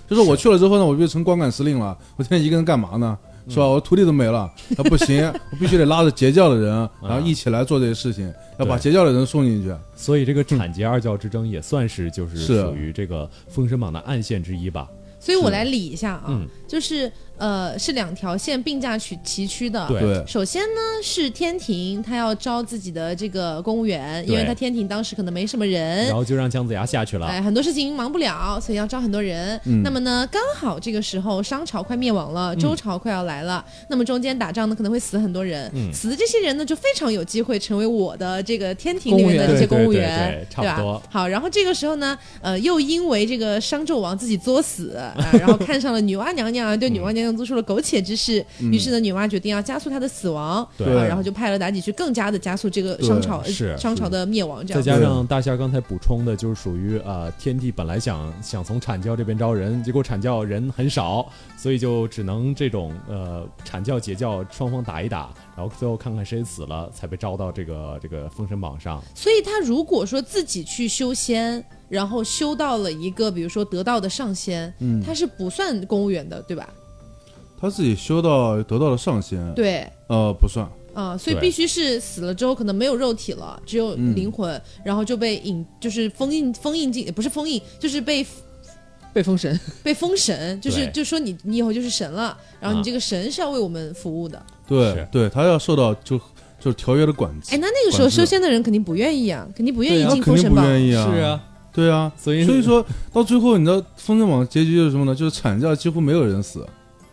S5: 就是我去了之后呢，我就成光杆司令了，我天天一个人干嘛呢？是吧？我徒弟都没了，那不行，我必须得拉着截教的人，然后一起来做这些事情，要把
S2: 对
S5: 截教的人送进去。
S2: 所以这个产劫二教之争也算是就是
S5: 是
S2: 属于这个《封神榜》的暗线之一吧。
S3: 所以我来理一下啊，
S2: 嗯
S3: 就是呃是两条线并驾齐齐驱的。
S2: 对
S5: 对
S3: 首先呢是天庭，他要招自己的这个公务员，因为
S2: 对
S3: 他天庭当时可能没什么人
S2: 然。后就让姜子牙下去了。
S3: 哎，很多事情忙不了，所以要招很多人。
S2: 嗯
S3: 那么呢，刚好这个时候商朝快灭亡了，周朝快要来了，那么中间打仗呢可能会死很多人，
S2: 嗯
S3: 死的这些人呢就非常有机会成为我的这个天庭里面的这些公
S2: 公
S3: 务
S2: 务员
S3: 员，
S2: 对对对差不
S3: 吧
S2: 多？
S3: 好，然后这个时候呢，呃，又因为这个商纣王自己作 死，啊、然后看上了女娲娘娘，对女
S2: 嗯
S3: 娲娘娘做出了苟且之事，于是呢，女娲决定要加速她的死亡，
S2: 对
S3: 啊，然后就派了妲己去更加的加速这个商朝呃
S2: 对是
S3: 商朝的灭亡，这
S2: 再
S3: 样子。
S2: 加上大夏刚才补充的，就是属于呃天帝本来想想从阐教这边招人，结果阐教人很少，所以就只能这种呃阐教截教双方打一打，然后最后看看谁死了，才被招到这个这个封神榜上。
S3: 所以他如果说自己去修仙，然后修到了一个比如说得道的上仙，他是不算公务员的，对吧？
S5: 他自己修到得到了上仙，
S3: 对。
S5: 呃，不算，
S3: 啊、所以
S2: 对
S3: 必须是死了之后可能没有肉体了，只有灵魂，然后就被引，就是封印封印进，不是封印，就是被
S4: 被封神，
S3: 被封神，就是
S2: 对
S3: 就说你你以后就是神了，然后
S2: 啊
S3: 你这个神是要为我们服务的。
S5: 对
S2: 是
S5: 对，他要受到就就是条约的管
S3: 哎，
S5: 制，
S3: 那那个时候
S5: 管制
S3: 修仙的人肯定不愿意啊，肯定不愿
S5: 对
S3: 意
S5: 啊
S3: 进
S5: 肯
S3: 封
S5: 定
S3: 神
S5: 不
S3: 榜。
S5: 愿意啊，
S2: 是，啊，
S5: 对啊，
S2: 所以
S5: 所以说到最后，你知道封神榜结局就是什么呢？就是阐教几乎没有人死，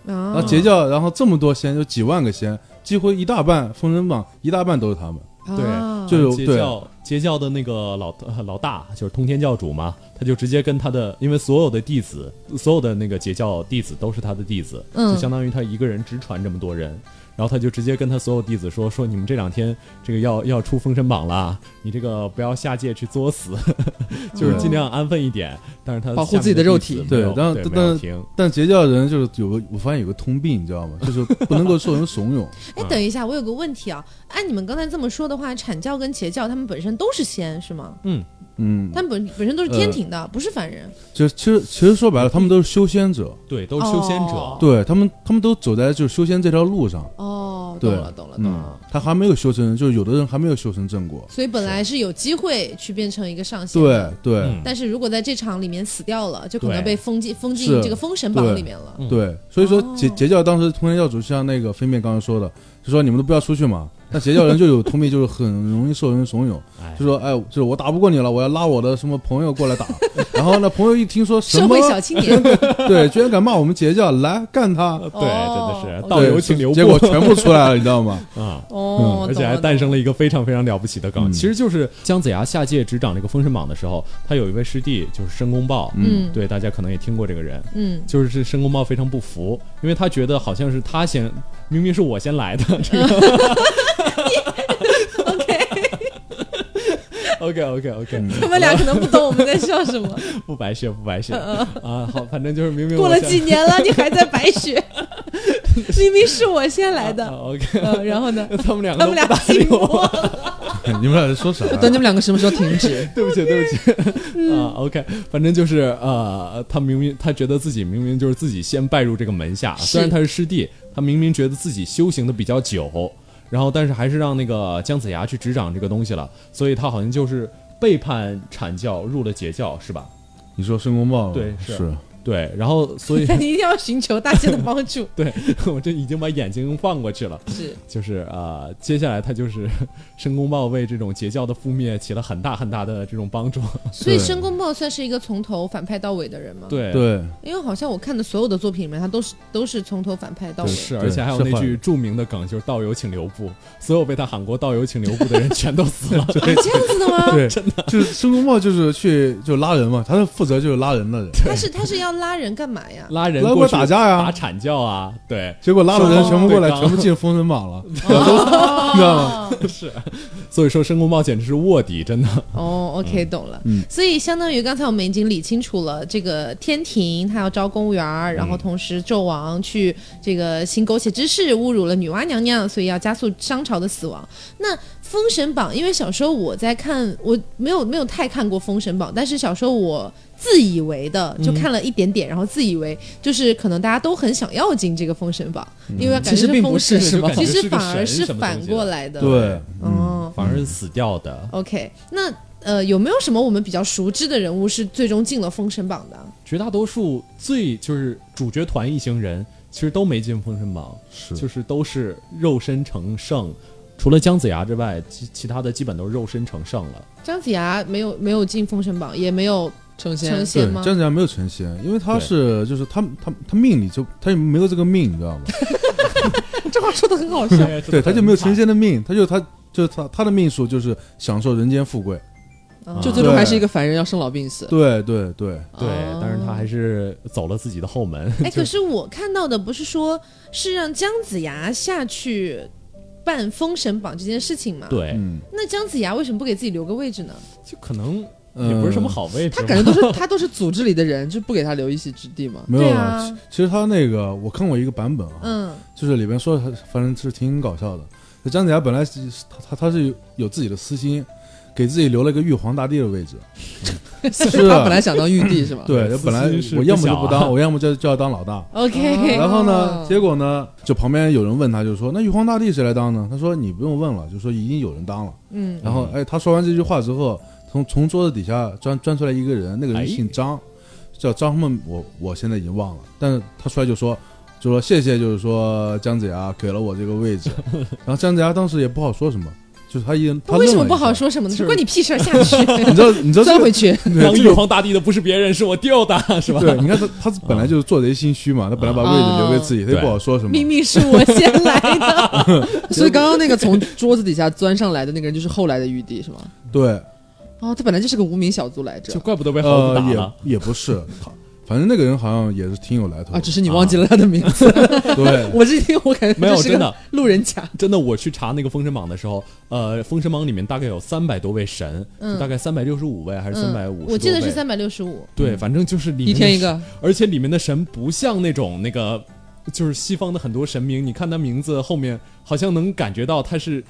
S5: 然后
S3: 啊，
S5: 截教，然后这么多仙，有几万个仙，几乎一大半封神榜一大半都是他们，
S2: 对
S3: 啊
S5: 就有
S2: 截
S5: 对
S2: 教截教的那个老呃老大就是通天教主嘛，他就直接跟他的，因为所有的弟子，所有的那个截教弟子都是他的弟子，
S3: 嗯
S2: 就相当于他一个人直传这么多人。然后他就直接跟他所有弟子说：“说你们这两天这个要要出封神榜了，你这个不要下界去作死， 就是尽量安分一点。但是他
S4: 保护
S2: 下面
S4: 自己的
S2: 弟
S4: 肉
S2: 子
S4: 体
S2: 没有
S5: 对但
S2: 对，没
S5: 但
S2: 有停
S5: 但截教人就是有个，我发现有个通病，你知道 吗？就是不能够受人怂恿。
S3: 哎，等一下，我有个问题啊，按你们刚才这么说的话，阐教跟截教他们本身都是仙是吗？
S5: 嗯，
S3: 他们本本身都是天庭的，不是凡人。
S5: 就其实其实说白了，他们都是修仙者，
S2: 对，都是修仙者。
S3: 哦
S5: 对他们他们都走在就是修仙这条路上。
S3: 哦，懂
S5: 对
S3: 了，懂了，懂了。
S5: 嗯，他还没有修成，就是有的人还没有修成正果。
S3: 所以本来是有机会去变成一个上仙的
S5: 对对、
S2: 嗯
S3: 但是如果在这场里面死掉了，就可能
S2: 对
S3: 被封进封进
S5: 是
S3: 这个封神榜
S5: 对嗯
S3: 里面了。
S2: 嗯
S5: 对，所以说
S3: 哦
S5: 截截教当时通天教主像那个飞面刚刚说的，就说你们都不要出去嘛。那截教人就有通病，就是很容易受人怂恿
S2: 哎，
S5: 就说哎，就是我打不过你了，我要拉我的什么朋友过来打。 然后呢，朋友一听说什
S3: 社
S5: 么
S3: 会小青年，
S5: 对，居然敢骂我们截教，来干他！
S2: 呃对，
S3: 哦
S2: 真的是
S3: 对
S2: 道
S5: 对
S2: 友请留步
S5: 结果全部出来了，你知 道吗？
S2: 啊。
S3: 哦，
S2: 而且
S3: 懂了
S2: 还诞 生了一个非常非常了不起的梗，
S5: 嗯
S2: 其实就是姜子牙下界执掌这个封神榜的时候，他有一位师弟就是申公豹，
S3: 嗯
S2: 对，大家可能也听过这个人，
S3: 嗯，
S2: 就是这申公豹非常不服，因为他觉得好像是他先，明明是我先来的 这个。OK OK OK OK，
S3: 他们俩可能不懂我们在笑什么。
S2: 不白学不白学啊，好，反正就是明明
S3: 嗯过
S2: 我
S3: 了
S2: 先
S3: 几年了，你还在白学，明明是我先来
S2: 啊
S3: 的。
S2: OK，
S3: 嗯，然后呢？
S2: 他们两个
S3: 他
S2: 都
S3: 们俩
S2: 不搭
S3: 寂
S2: 理我。
S3: 寞了。
S5: 你们俩在说啥呀、
S4: 就 等你们两个什么时候停止？
S2: 对不起，对不起，啊，OK，反正就是呃，他明明他觉得自己明明就是自己先拜入这个门下，虽然他是师弟，他明明觉得自己修行的比较久，然后但是还是让那个姜子牙去执掌这个东西了，所以他好像就是背叛阐教，入了截教，是吧？
S5: 你说申公豹
S2: 对是
S5: 是
S2: 对，然后 所以
S3: 但你一定要寻求大仙的帮助。
S2: 对我这已经把眼睛放过去了，
S3: 是，
S2: 就是呃，接下来他就是 申公豹为这种截教的覆灭起了很大很大的这种帮助，
S3: 所以
S5: 对
S3: 申公豹算是一个从头反派到尾的人吗？，
S2: 对
S5: 对
S3: 因为好像我看的所有的作品里面，他都是都是从头反派到尾。
S2: 是，
S5: 对
S2: 而且还有
S5: 是
S2: 那
S5: 坏
S2: 句
S5: 的
S2: 著名的梗，就是“道友请留步”，所有被他喊过“道友请留步” 的人全都死了。
S3: 啊，这样子的吗？
S5: 对，真的就是申公豹就是去就拉人嘛，他是负责就是拉人的人，
S3: 他是他是要拉人干嘛呀？
S2: 拉人
S5: 拉
S2: 过
S5: 过
S2: 去
S5: 打架呀
S2: 打阐教啊， 对，
S5: 结果拉的人全部过来，
S2: 哦
S5: 全部进封神 榜了， 都知道吗？
S2: 是，所以说申公豹简直是卧底，真的。
S3: 哦，OK，懂了。
S5: 嗯
S3: 所以相当于刚才我们已经理清楚了，这个天庭他要招公务员儿，
S5: 嗯
S3: 然后嗯同时纣王去这个行苟且之事，侮辱了女娲娘娘，所以要加速商朝的死亡。那封神榜，因为小时候我在看，我没有没有太看过封神榜，但是小时候我。自以为的就看了一点点，然后自以为就是可能大家都很想要进这个封神榜，因为感觉
S4: 其实并
S3: 封
S4: 不是，
S3: 神，
S4: 是吗
S2: 感？
S3: 其
S2: 觉是
S3: 实
S2: 个
S3: 反而
S2: 神
S3: 是
S2: 什么
S3: 反
S2: 东西
S3: 过
S2: 的
S5: 嗯
S3: 来的。
S5: 对，
S3: 哦，
S2: 反而是死掉的，
S3: OK，那呃，有没有什么我们比较熟知的人物是最终进了封神榜的？啊
S2: 绝大多数最就是主角团一行人，其实都没进封神榜，
S5: 是
S2: 就是都是肉身成圣，除了姜子牙之外，其其他的基本都是肉身成圣了。
S3: 姜子牙没有没有进封神榜，也没有
S4: 成
S3: 成
S4: 仙，
S5: 对
S3: 仙吗？
S5: 姜子牙没有成仙，因为他
S2: 对
S5: 是就是他他他命里就他也没有这个命，你知道吗？
S4: 这话说的很好笑。
S5: 对，他就没有成仙的命，他就他就是他他的命数就是享受人间富贵。
S3: 啊
S4: 就最终还是一个凡人，要生老病死。
S5: 对对对，
S2: 对，但是他还是走了自己的后门。
S5: 哦
S3: 哎，可是我看到的不是说是让姜子牙下去办封神榜这件事情吗？。
S2: 对，
S5: 嗯，
S3: 那姜子牙为什么不给自己留个位置呢？
S2: 就可能也不是什么好位置吧。
S4: 呃他 感觉都是他都是组织里的人，就不给他留一席之地 嘛。
S5: 没有
S3: 对
S5: 了。
S3: 啊
S5: 其其实他那个我看过一个版本啊，
S3: 嗯，
S5: 就是里边说的，反正是挺搞笑的。就姜子牙本来是他他他是有有自己的私心，给自己留了一个玉皇大帝的位置。
S4: 所以他本来想当玉帝是吧？
S5: 对，
S2: 啊私
S5: 本来
S2: 心是
S5: 我要
S2: 不
S5: 么就
S2: 小
S5: 不
S2: 啊
S5: 当，我要么就就要当老大。
S3: OK，
S4: 哦
S5: 然后
S4: 哦
S5: 呢，结果呢，就旁边有人问他，就说那玉皇大帝谁来当呢？他说你不用问了，就说已经有人当了。
S3: 嗯，
S5: 然后哎，他说完这句话之后，从从桌子底下钻钻出来一个人，那个
S2: 哎
S5: 人姓张，叫张什么？我我现在已经忘了。但是他出来就说，就说谢谢，就是说姜子牙给了我这个位 置。然后姜子牙当时也不好说什么，就是他一人，他
S3: 为什
S5: 愣
S3: 么
S5: 了一
S3: 不好
S5: 下？
S3: 说什么呢？
S2: 就是
S3: 关你屁事儿，下 去
S5: 你知道你知 道
S4: 钻
S5: 这
S4: 回
S5: 个
S4: 去，
S2: 当
S5: 对这
S2: 玉
S5: 个
S2: 皇大帝的不是别人，是我吊 打，是吧？
S5: 对，你看他他本来就是做贼心虚嘛，他本来把位置留给自己，他也不好说什么。
S3: 明明是我先来的。
S4: 所以刚刚那个从桌子底下钻上来的那个人，就是后来的玉帝是吗？
S5: 对，
S4: 哦，他本来就是个无名小卒 来
S2: 就
S4: 着
S2: 怪不得被猴子打
S5: 呃
S2: 了。，
S5: 也也不是， 他反正那个人好像也是挺有来头
S4: 啊，
S5: 的。
S4: 只是你忘记了他的名字。
S5: 对，
S4: 我这听我感觉
S2: 啊没有
S4: 就是
S2: 真
S4: 个
S2: 的
S4: 路人甲，
S2: 真的，我去查那个《封神榜》的时候，呃，《封神榜》里面大概有三百多位神，
S3: 嗯
S2: 就大概三百六十五位还是三百
S3: 嗯，
S2: 五？
S3: 我记得是三。百六十五。
S2: 对，反正就是里面
S4: 嗯一天一个，
S2: 而且里面的神不像那种那个，就是西方的很多神明，你看他名字后面好像能感觉到他是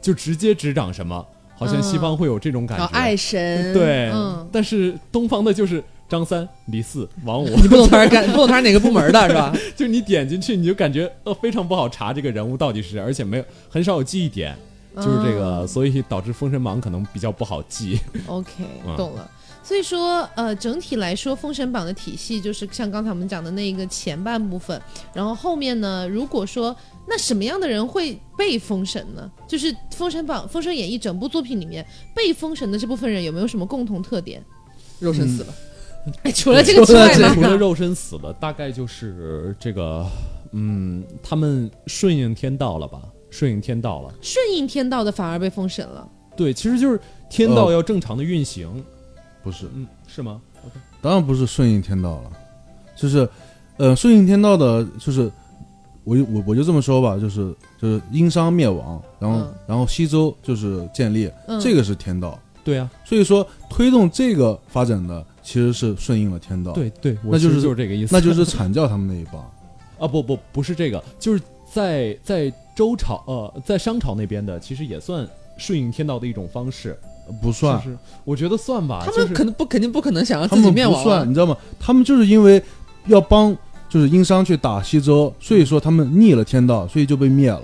S2: 就直接执掌什么，好像西方会有这种感
S3: 然
S2: 觉。
S3: 后嗯哦爱神，
S2: 对，
S3: 嗯，
S2: 但是东方的就是张三、李四、王 五，
S4: 你不懂他是干， 不懂他是哪个部门的是吧？
S2: 就你点进去你就感觉呃非常不好查这个人物到底是谁，而且没有很少有记忆点。
S3: 嗯
S2: 就是这个，所以导致《封神榜》可能比较不好 记。
S3: OK，
S2: 嗯
S3: 懂了。所以说，呃，整体来说，《封神榜》的体系就是像刚才我们讲的那个前半部分，然后后面呢，如果说那什么样的人会被封神呢？就是《封神榜》《封神演义》整部作品里面被封神的这部分人有没有什么共同特点？
S4: 肉身死了，
S2: 嗯啊
S3: 除了这个之外
S4: 除了这
S3: 呢
S4: 个？
S2: 除了肉身死了，大概就是这个，嗯，他们顺应天道了吧？顺应天道了。
S3: 顺应天道的反而被封神了。
S2: 对，其实就是天道
S5: 呃
S2: 要正常的运行，
S5: 不是，
S2: 嗯，是吗？
S5: 当然不是顺应天道了，就是，呃，顺应天道的，就是我就我我就这么说吧，就是就是殷商灭亡，然后、
S3: 嗯
S5: 然后西周就是建立，
S3: 嗯，
S5: 这个是天道，
S2: 对啊，
S5: 所以说推动这个发展的其实是顺应了天道，，
S2: 对对，我
S5: 那就
S2: 其实
S5: 是
S2: 就是这个意思。
S5: 那就是阐教他们那一帮，
S2: 啊，不不不是这个，就是在在周朝呃，在商朝那边的，其实也算顺应天道的一种方式，
S5: 呃不算，
S2: 是不是？我觉得算吧，
S4: 他
S2: 就
S4: 们
S2: 是
S4: 可能不肯定不可能想让
S5: 他
S4: 自己
S5: 们
S4: 灭
S5: 不
S4: 亡啊
S5: 算，你知道吗？他们就是因为要帮就是殷商去打西周，所以说他们逆了天道，所以就被灭了。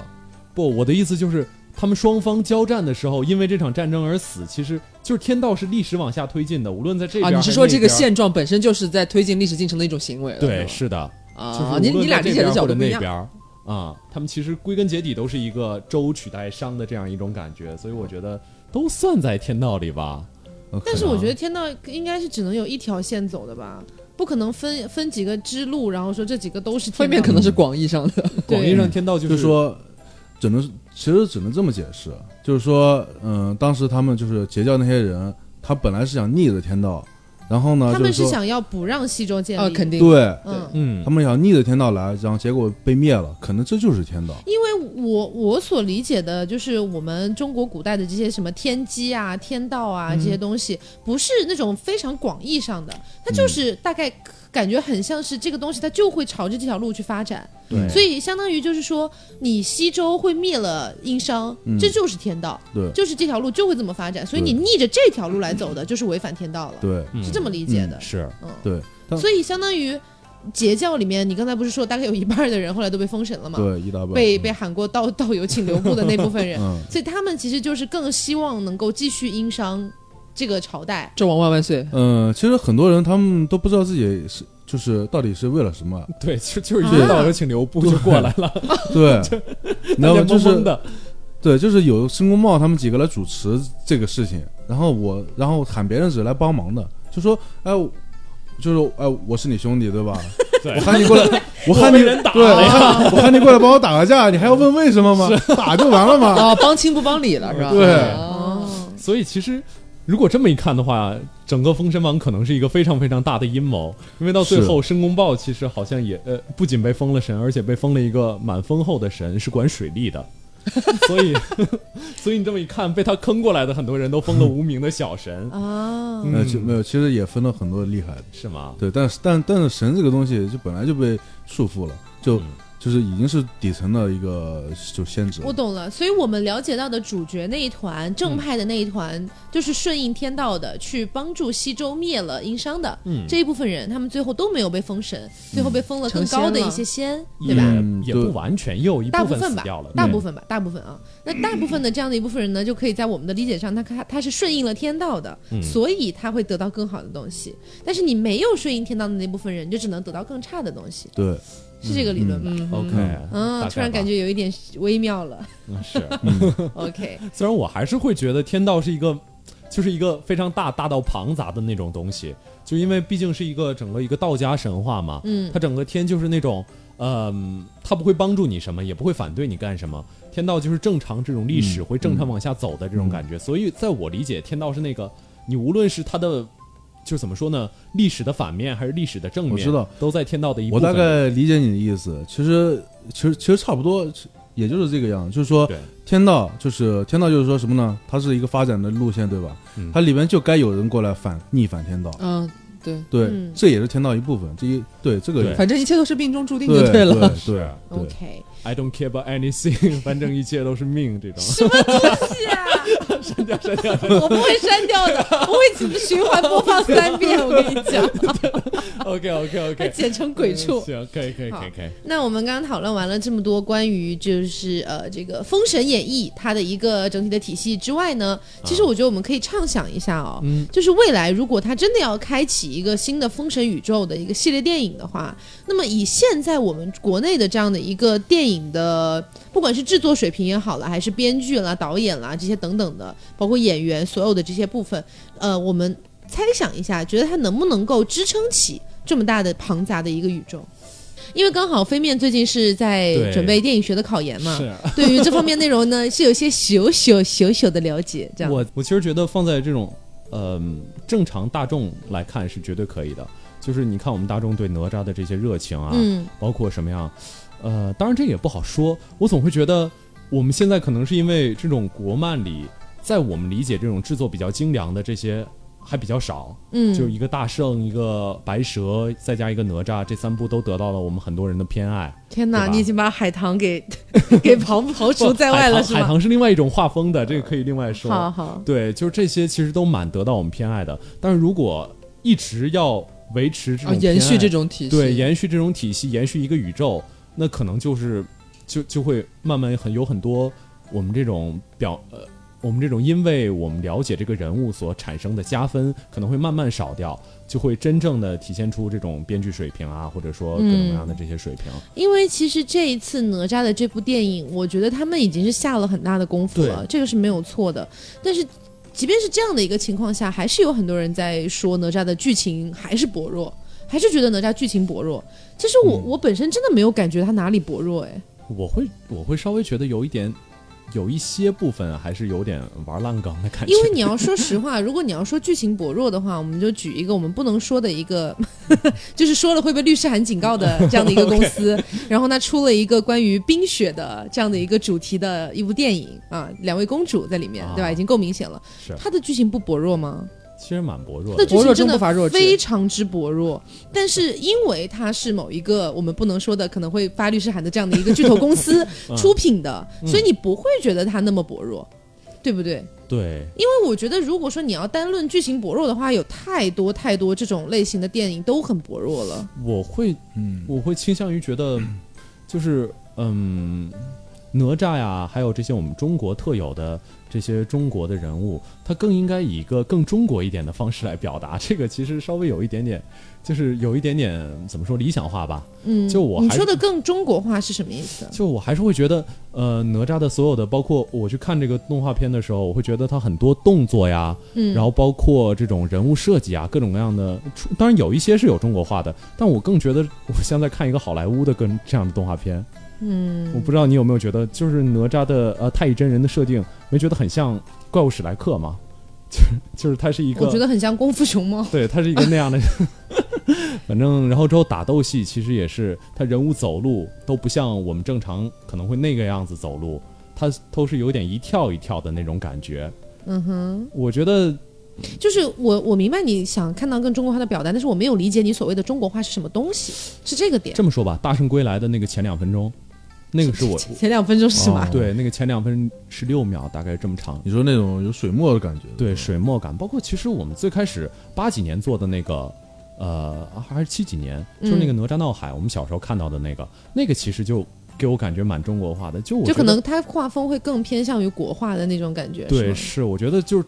S2: 不，我的意思就是，他们双方交战的时候，因为这场战争而死，其实就是天道是历史往下推进的，无论在这边
S4: 啊！
S2: 还是那边、
S4: 你是说这个现状本身就是在推进历史进程的一种行为了？
S2: 对，
S4: 是
S2: 是的，
S4: 吧
S2: 就是
S4: 啊
S2: 无，
S4: 你
S2: 论
S4: 你俩
S2: 在这
S4: 理
S2: 边或
S4: 解的角度
S2: 者
S4: 不一
S2: 那
S4: 样
S2: 边。儿啊，他们其实归根结底都是一个周取代商的这样一种感觉，所以我觉得都算在天道里吧。
S5: 呃
S3: 但是我觉得天道应该是只能有一条线走的吧，不可能分分几个支路，然后说这几个都是天道。
S4: 分辨可能是
S2: 嗯
S4: 广义上的，
S2: 广义上，天道就
S5: 就是是说，只能其实只能这么解释，就是说，嗯、当时他们就是截教那些人，他本来是想逆着天道，然后呢，
S3: 他们
S5: 啊就是是说，
S3: 想要不让西周建立，
S4: 呃，肯定
S5: 对
S3: 嗯。
S2: 嗯
S5: 他，们想逆着天道来，然后结果被灭了，可能这就是天道。
S3: 因为我我所理解的就是我们中国古代的这些什么天机啊、天道啊
S5: 嗯
S3: 这些东西，不是那种非常广义上的，它
S5: 嗯
S3: 就是大概感觉很像是这个东西，它就会朝着这条路去发展。
S5: 对
S3: 所以相当于就是说，你西周会灭了殷商，
S5: 嗯
S3: 这就是天道，
S5: 对
S3: 就是这条路就会这么发展。所以你
S5: 对
S3: 逆着这条路来走的，就是违反天道了，
S5: 对
S2: 嗯
S3: 是这么理解的。
S2: 是
S3: 嗯，
S5: 对但
S3: 所以相当于截教里面，你刚才不是说大概有一半的人后来都被封神了吗？
S5: 对，一大半
S3: 被被喊过 道道友请留步的那部分人，
S5: 嗯
S3: 所以他们其实就是更希望能够继续殷商这个朝代。
S4: 纣王万万岁！
S5: 嗯、其实很多人他们都不知道自己是就是到底是为了什么，
S2: 对，就就是
S3: 啊
S2: 一到有请刘布就过来了，
S5: 对，你知
S2: 大
S5: 道
S2: 家
S5: 吗？就
S2: 懵懵
S5: 是
S2: 的，
S5: 对，就是有申公豹他们几个来主持这个事情，然后我然后喊别人只是来帮忙的，就说哎。就是哎，我是你兄弟对吧？
S2: 对
S5: 我喊你过 来，我喊
S2: 被
S5: 你
S2: 人打
S5: 对，我喊我喊你过来帮我打个架，你还要问为什么吗？打就完了嘛。
S4: 哦，帮亲不帮理了是吧？
S5: 对
S3: 嗯
S4: 哦，
S2: 所以其实。如果这么一看的话，整个《封神榜》可能是一个非常非常大的阴谋，因为到最
S5: 是
S2: 后申公豹其实好像也呃，不仅被封了神，而且被封了一个满封后的神，是管水利 的，所以 所以你这么一看，被他坑过来的很多人都封了无名的小神，
S3: 啊，
S2: 嗯
S5: 呃，其没有，其实也分了很多厉害的，
S2: 是吗？
S5: 对，但是但但是神这个东西就本来就被束缚了，
S2: 嗯
S5: 就、就是已经是底层的一个就先知了
S3: 我懂了。所以我们了解到的主角那一团，正派的那一团，就是顺应天道的，去帮助西周灭了殷商的
S2: 嗯
S3: 这一部分人，他们最后都没有被封神，最后被封了更
S4: 成仙
S3: 高的
S4: 了
S3: 一些仙，
S2: 也
S3: 对吧？
S5: 嗯
S2: 也
S5: 对
S2: 不完全，也有一
S3: 大
S2: 部
S3: 部
S2: 分
S3: 分
S2: 死
S3: 吧
S2: 掉了，，嗯
S3: 大
S2: 对
S3: 部分吧，大部分啊。那大部分的这样的一部分人呢，就可以在我们的理解上，他他他是顺应了天道的，
S2: 嗯
S3: 所以他会得到更好的东西。但是你没有顺应天道的那部分人，你就只能得到更差的东西，
S5: 对，
S3: 是这个理论吧？
S2: OK，
S3: 嗯，
S2: 大
S3: 突然
S2: 概吧
S3: 感觉有一点微妙了。
S2: 嗯是，
S3: OK，
S2: 虽然我还是会觉得天道是一个，就是一个非常大大到庞杂的那种东西，就因为毕竟是一个整个一个道家神话嘛，
S3: 嗯
S2: 它整个天就是那种，嗯、它不会帮助你什么，也不会反对你干什么，天道就是正常这种历
S5: 嗯
S2: 史会正常往下走的这种感觉，所以在我理解，天道是那个你无论是它的。就是怎么说呢？历史的反面还是历史的正面，
S5: 我知道
S2: 都在天道的一部
S5: 我
S2: 分。
S5: 大概理解你的意思。其实其实其实差不多，也就是这个样子，就是说
S2: 对
S5: 天道就是天道就是说什么呢？它是一个发展的路线，对吧？
S2: 嗯
S5: 它里面就该有人过来反逆反天道，
S4: 嗯，对，
S5: 对，
S3: 嗯
S5: 这也是天道一部分。这一对这个
S2: 对
S4: 反正一切都是命中注定就
S5: 对
S4: 了。
S5: 对
S2: 是啊
S5: 对对
S3: OK，
S2: I don't care about anything，反正一切都是命这种。 删掉删掉，
S3: 啊我不会删掉的，我会循环播放三遍。我跟你讲，
S2: OK OK
S3: 还
S2: OK，
S3: 剪成鬼 畜。
S4: 啊
S2: 行，可以可以
S3: 好
S2: 可以可以，
S3: 那我们刚刚讨论完了这么多关于就是呃这个《封神演义》它的一个整体的体系之外呢，其实我觉得我们可以畅想一下哦，就是未来如果它真的要开启一个新的封神宇宙的一个系列电影的话，那么以现在我们国内的这样的一个电影的，不管是制作水平也好了，还是编剧啦、导演啦这些等等的，包括演员所有的这些部分，呃，我们猜想一下，觉得它能不能够支撑起这么大的庞杂的一个宇宙？因为刚好飞面最近是在
S2: 对
S3: 准备电影学的考研嘛，
S2: 是
S3: 对于这方面内容呢是有些小小小小的了解，这样
S2: 我我其实觉得放在这种嗯、正常大众来看是绝对可以的，就是你看我们大众对哪吒的这些热情啊，
S3: 嗯
S2: 包括什么样，呃，当然这也不好说，我总会觉得我们现在可能是因为这种国漫里，在我们理解这种制作比较精良的这些。还比较少，
S3: 嗯
S2: 就一个大圣，一个白蛇，再加一个哪吒，这三部都得到了我们很多人的偏爱。
S3: 天
S2: 对
S3: 哪，
S2: 吧
S3: 你已经把海棠给 给刨刨除在外了
S2: 海
S3: 是
S2: 棠海
S3: 吗？
S2: 棠是另外一种画风的，这个可以另外说。
S3: 好好，
S2: 对，就是这些其实都蛮得到我们偏爱的。但是如果一直要维持这
S4: 啊
S2: 种，
S4: 延续这
S2: 种
S4: 种体系，
S2: 对延续这种体系，延续一个宇宙，那可能就是就就会慢慢很有很多我们这种表呃。我们这种因为我们了解这个人物所产生的加分，可能会慢慢少掉，就会真正的体现出这种编剧水平啊，或者说各种各样的这些水平。
S3: 因为其实这一次哪吒的这部电影，我觉得他们已经是下了很大的功夫了，这个是没有错的。但是，即便是这样的一个情况下，还是有很多人在说哪吒的剧情还是薄弱，还是觉得哪吒剧情薄弱。其实我、我本身真的没有感觉他哪里薄弱，哎，
S2: 我会我会稍微觉得有一点，有一些部分还是有点玩烂梗的感觉。
S3: 因为你要说实话，如果你要说剧情薄弱的话，我们就举一个我们不能说的一个， 就是说了会被律师函警告的这样的一 个公司，然后它出了一个关于冰雪的这样的一个主题的一部电影啊，两位公主在里面，
S2: 啊
S3: 对吧？已经够明显了
S2: 是，
S3: 它的剧情不薄弱吗？
S2: 其实蛮薄弱的。
S3: 那剧
S4: 薄
S3: 情
S4: 弱
S3: 真
S4: 中
S3: 的
S4: 不乏弱智
S3: 非常之薄弱，但是因为它是某一个我们不能说的可能会发律师函的这样的一个巨头公 司
S4: 嗯
S3: 出品的，所以你不会觉得它那么薄弱，对不对？
S2: 对，
S3: 因为我觉得，如果说你要单论剧情薄弱的话，有太多太多这种类型的电影都很薄弱了。
S2: 我会，
S5: 嗯，
S2: 我会倾向于觉得，就是，嗯，哪吒呀，还有这些我们中国特有的这些中国的人物，他更应该以一个更中国一点的方式来表达。这个其实稍微有一点点，就是有一点点怎么说理想化吧。嗯，就我
S3: 你
S2: 还
S3: 说的更中国化是什么意思？
S2: 就我还是会觉得，呃，哪吒的所有的，包括我去看这个动画片的时候，我会觉得它很多动作呀，嗯，然后包括这种人物设计啊，各种各样的，出当然有一些是有中国化的，但我更觉得我像在看一个好莱坞的跟这样的动画片。嗯，我不知道你有没有觉得，就是哪吒的呃太乙真人的设定，没觉得很像怪物史莱克吗？ 就是就是它是一个，
S3: 我觉得很像功夫熊猫。
S2: 对，他是一个那样的，反正然后之后打斗戏其实也是，他人物走路都不像我们正常可能会那个样子走路，他都是有点一跳一跳的那种感觉。嗯哼，我觉得
S3: 就是我我明白你想看到更中国化的表达，但是我没有理解你所谓的中国化是什么东西，是这个点
S2: 这。么说吧，《大圣归来》的那个前两分钟，那个是我
S3: 前两分钟是什么？
S2: 对那个前两分十六秒大概这么长，
S5: 你说那种有水墨的感觉，
S2: 对水墨感，包括其实我们最开始八几年做的那个，呃，啊还是七几年，就是
S3: 嗯
S2: 那个《哪吒闹海》，我们小时候看到的那个，那个其实就给我感觉蛮中国化的，就我
S3: 就
S2: 觉
S3: 可
S2: 得
S3: 能它画风会更偏向于国画的那种感觉。
S2: 对，
S3: 是吗
S2: 是我觉得就是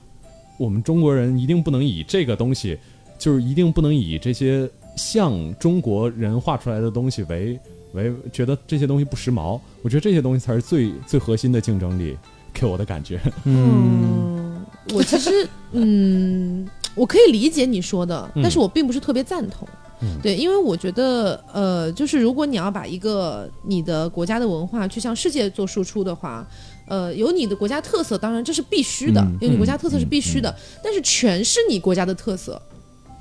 S2: 我们中国人一定不能以这个东西，就是一定不能以这些像中国人画出来的东西为为觉得这些东西不时髦，我觉得这些东西才是最最核心的竞争力，给我的感觉。
S3: 我其实嗯，我可以理解你说的，
S2: 嗯
S3: 但是我并不是特别赞同。对，因为我觉得，呃，就是如果你要把一个你的国家的文化去向世界做输出的话，呃，有你的国家特色，当然这是必须的，
S2: 嗯
S3: 有你国家
S2: 嗯
S3: 特色是必须的，但是全是你国家的特色，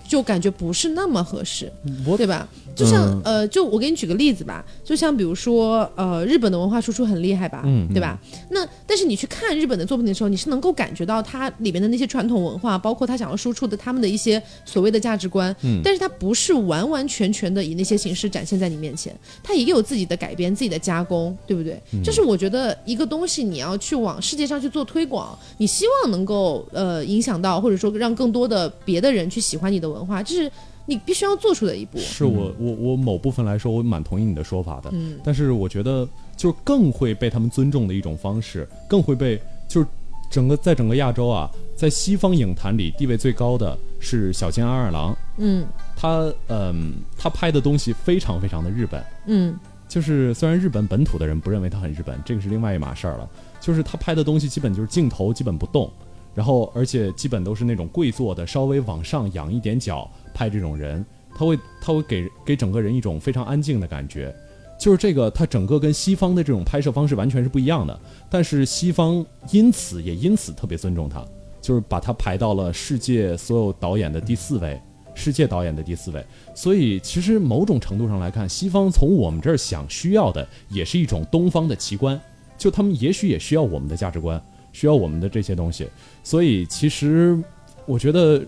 S3: 就感觉不是那么合适。
S2: 嗯我
S3: 对吧？就像、
S5: 嗯
S3: 呃，就我给你举个例子吧，就像比如说呃，日本的文化输出很厉害吧，
S2: 嗯
S3: 对吧？那但是你去看日本的作品的时候，你是能够感觉到它里面的那些传统文化，包括他想要输出的他们的一些所谓的价值观，
S2: 嗯
S3: 但是它不是完完全全的以那些形式展现在你面前，它也有自己的改编、自己的加工，对不对？
S2: 嗯
S3: 这是我觉得一个东西你要去往世界上去做推广，你希望能够呃影响到，或者说让更多的别的人去喜欢你的文化，这是你必须要做出的一步。
S2: 是我我我某部分来说，我蛮同意你的说法的。嗯，但是我觉得就是更会被他们尊重的一种方式，更会被就是整个在整个亚洲啊，在西方影坛里地位最高的是小津安二郎。
S3: 嗯
S2: 他嗯，他拍的东西非常非常的日本。
S3: 嗯
S2: 就是虽然日本本土的人不认为他很日本，这个是另外一码事儿了。就是他拍的东西基本就是镜头基本不动，然后而且基本都是那种跪坐的，稍微往上仰一点脚拍这种人，他会他会给给整个人一种非常安静的感觉。就是这个，它整个跟西方的这种拍摄方式完全是不一样的，但是西方因此也因此特别尊重他，就是把他排到了世界所有导演的第四位，世界导演的第四位。所以，其实某种程度上来看，西方从我们这儿想需要的，也是一种东方的奇观。就他们也许也需要我们的价值观，需要我们的这些东西。所以，其实我觉得，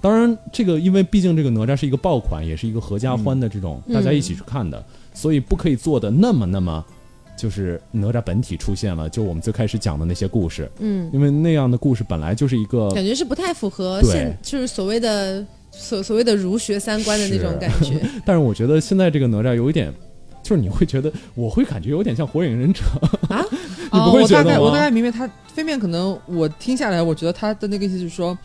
S2: 当然这个，因为毕竟这个哪吒是一个爆款，也是一个合家欢的这种、大家一起去看的，所以不可以做的那么那么。就是哪吒本体出现了，就我们最开始讲的那些故事，
S3: 嗯，
S2: 因为那样的故事本来就是一个
S3: 感觉是不太符合
S2: 对
S3: 现就是所谓的所所谓的儒学三观的那种
S2: 是
S3: 感觉。
S2: 但是我觉得现在这个哪吒有一点，就是你会觉得，我会感觉有点像火影忍者， 你
S4: 啊，
S2: 不会
S4: 我
S2: 觉
S4: 大
S2: 得
S4: 概
S2: 吗
S4: 我大概明白他飞面，可能我听下来，我觉得他的那个意思就是说，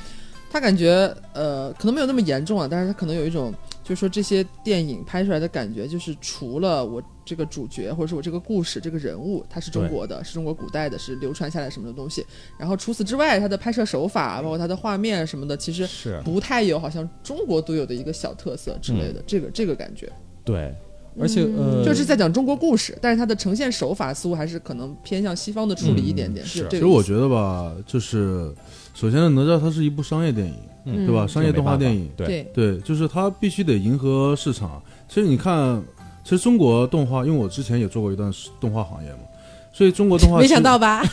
S4: 他感觉呃，可能没有那么严重啊，但是他可能有一种，就是说这些电影拍出来的感觉，就是除了我这个主角或者是我这个故事这个人物，他是中
S2: 对
S4: 国的，是中国古代的，是流传下来什么的东西，然后除此之外，他的拍摄手法，包括他的画面什么的，其实
S2: 是
S4: 不太有好像中国独有的一个小特色之
S2: 嗯
S4: 类的，这个这个感觉。
S2: 对，而且、呃，
S4: 嗯就是在讲中国故事，但是它的呈现手法似乎还是可能偏向西方的处理一点
S2: 嗯
S4: 点。就是这
S5: 其
S4: 个
S5: 实
S4: 意思
S5: 我觉得吧，就是首先呢，哪吒它是一部商业电影，
S2: 嗯
S5: 对吧？商业动画电影，
S2: 对
S3: 对，
S5: 对，就是它必须得迎合市场。其实你看，其实中国动画，因为我之前也做过一段动画行业嘛，所以中国动画
S3: 没
S5: 其实
S3: 想到 吧？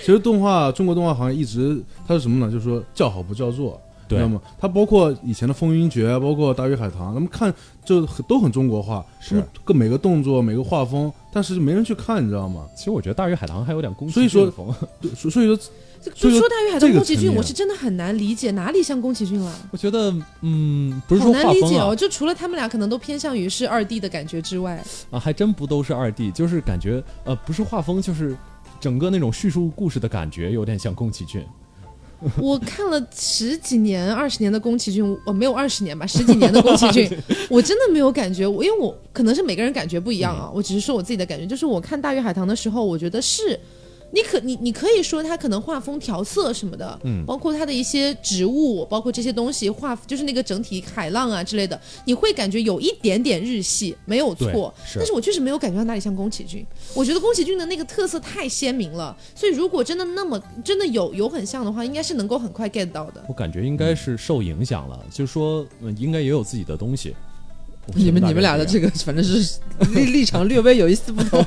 S5: 其实动画中国动画行业一直它是什么呢？就是说叫好不叫座，你
S2: 对
S5: 知道吗？他包括以前的《风云决》，包括《大鱼海棠》，他们看就很都很中国化，
S2: 是
S5: 他们各每个动作、每个画风，但是就没人去看，你知道吗？
S2: 其实我觉得《大鱼海棠》还有点宫崎
S5: 所以说
S2: 骏风，
S5: 对所所以说，
S3: 就
S5: 所以说
S3: 说大鱼海棠
S5: 这个
S3: 宫崎
S5: 层
S3: 骏，
S5: 面
S3: 我是真的很难理解哪里像宫崎骏了。
S2: 我觉得嗯，不是
S3: 好
S2: 说
S3: 难
S2: 画
S3: 理
S2: 风
S3: 解
S2: 啊
S3: 哦，，就除了他们俩可能都偏向于是二 D 的感觉之外，
S2: 啊，还真不都是二 D，就是感觉呃，不是画风，就是整个那种叙述故事的感觉有点像宫崎骏。
S3: 我看了十几年、二十年的宫崎骏，呃，没有二十年吧，十几年的宫 崎骏，我真的没有感觉。我因为我可能是每个人感觉不一样啊，我只是说我自己的感觉，就是我看《大鱼海棠》的时候，我觉得是。你可你你可以说他可能画风调色什么的，嗯，包括他的一些植物，包括这些东西画，就是那个整体海浪啊之类的，你会感觉有一点点日系，没有错。
S2: 对是
S3: 但是我确实没有感觉到哪里像宫崎骏，我觉得宫崎骏的那个特色太鲜明了，所以如果真的那么真的有有很像的话，应该是能够很快 get 到的。
S2: 我感觉应该是受影响了，就说、嗯应该也有自己的东西。我觉得
S4: 你们
S2: 大
S4: 你们
S2: 概
S4: 俩的
S2: 是
S4: 这个反正是立立场略微有一丝不 同，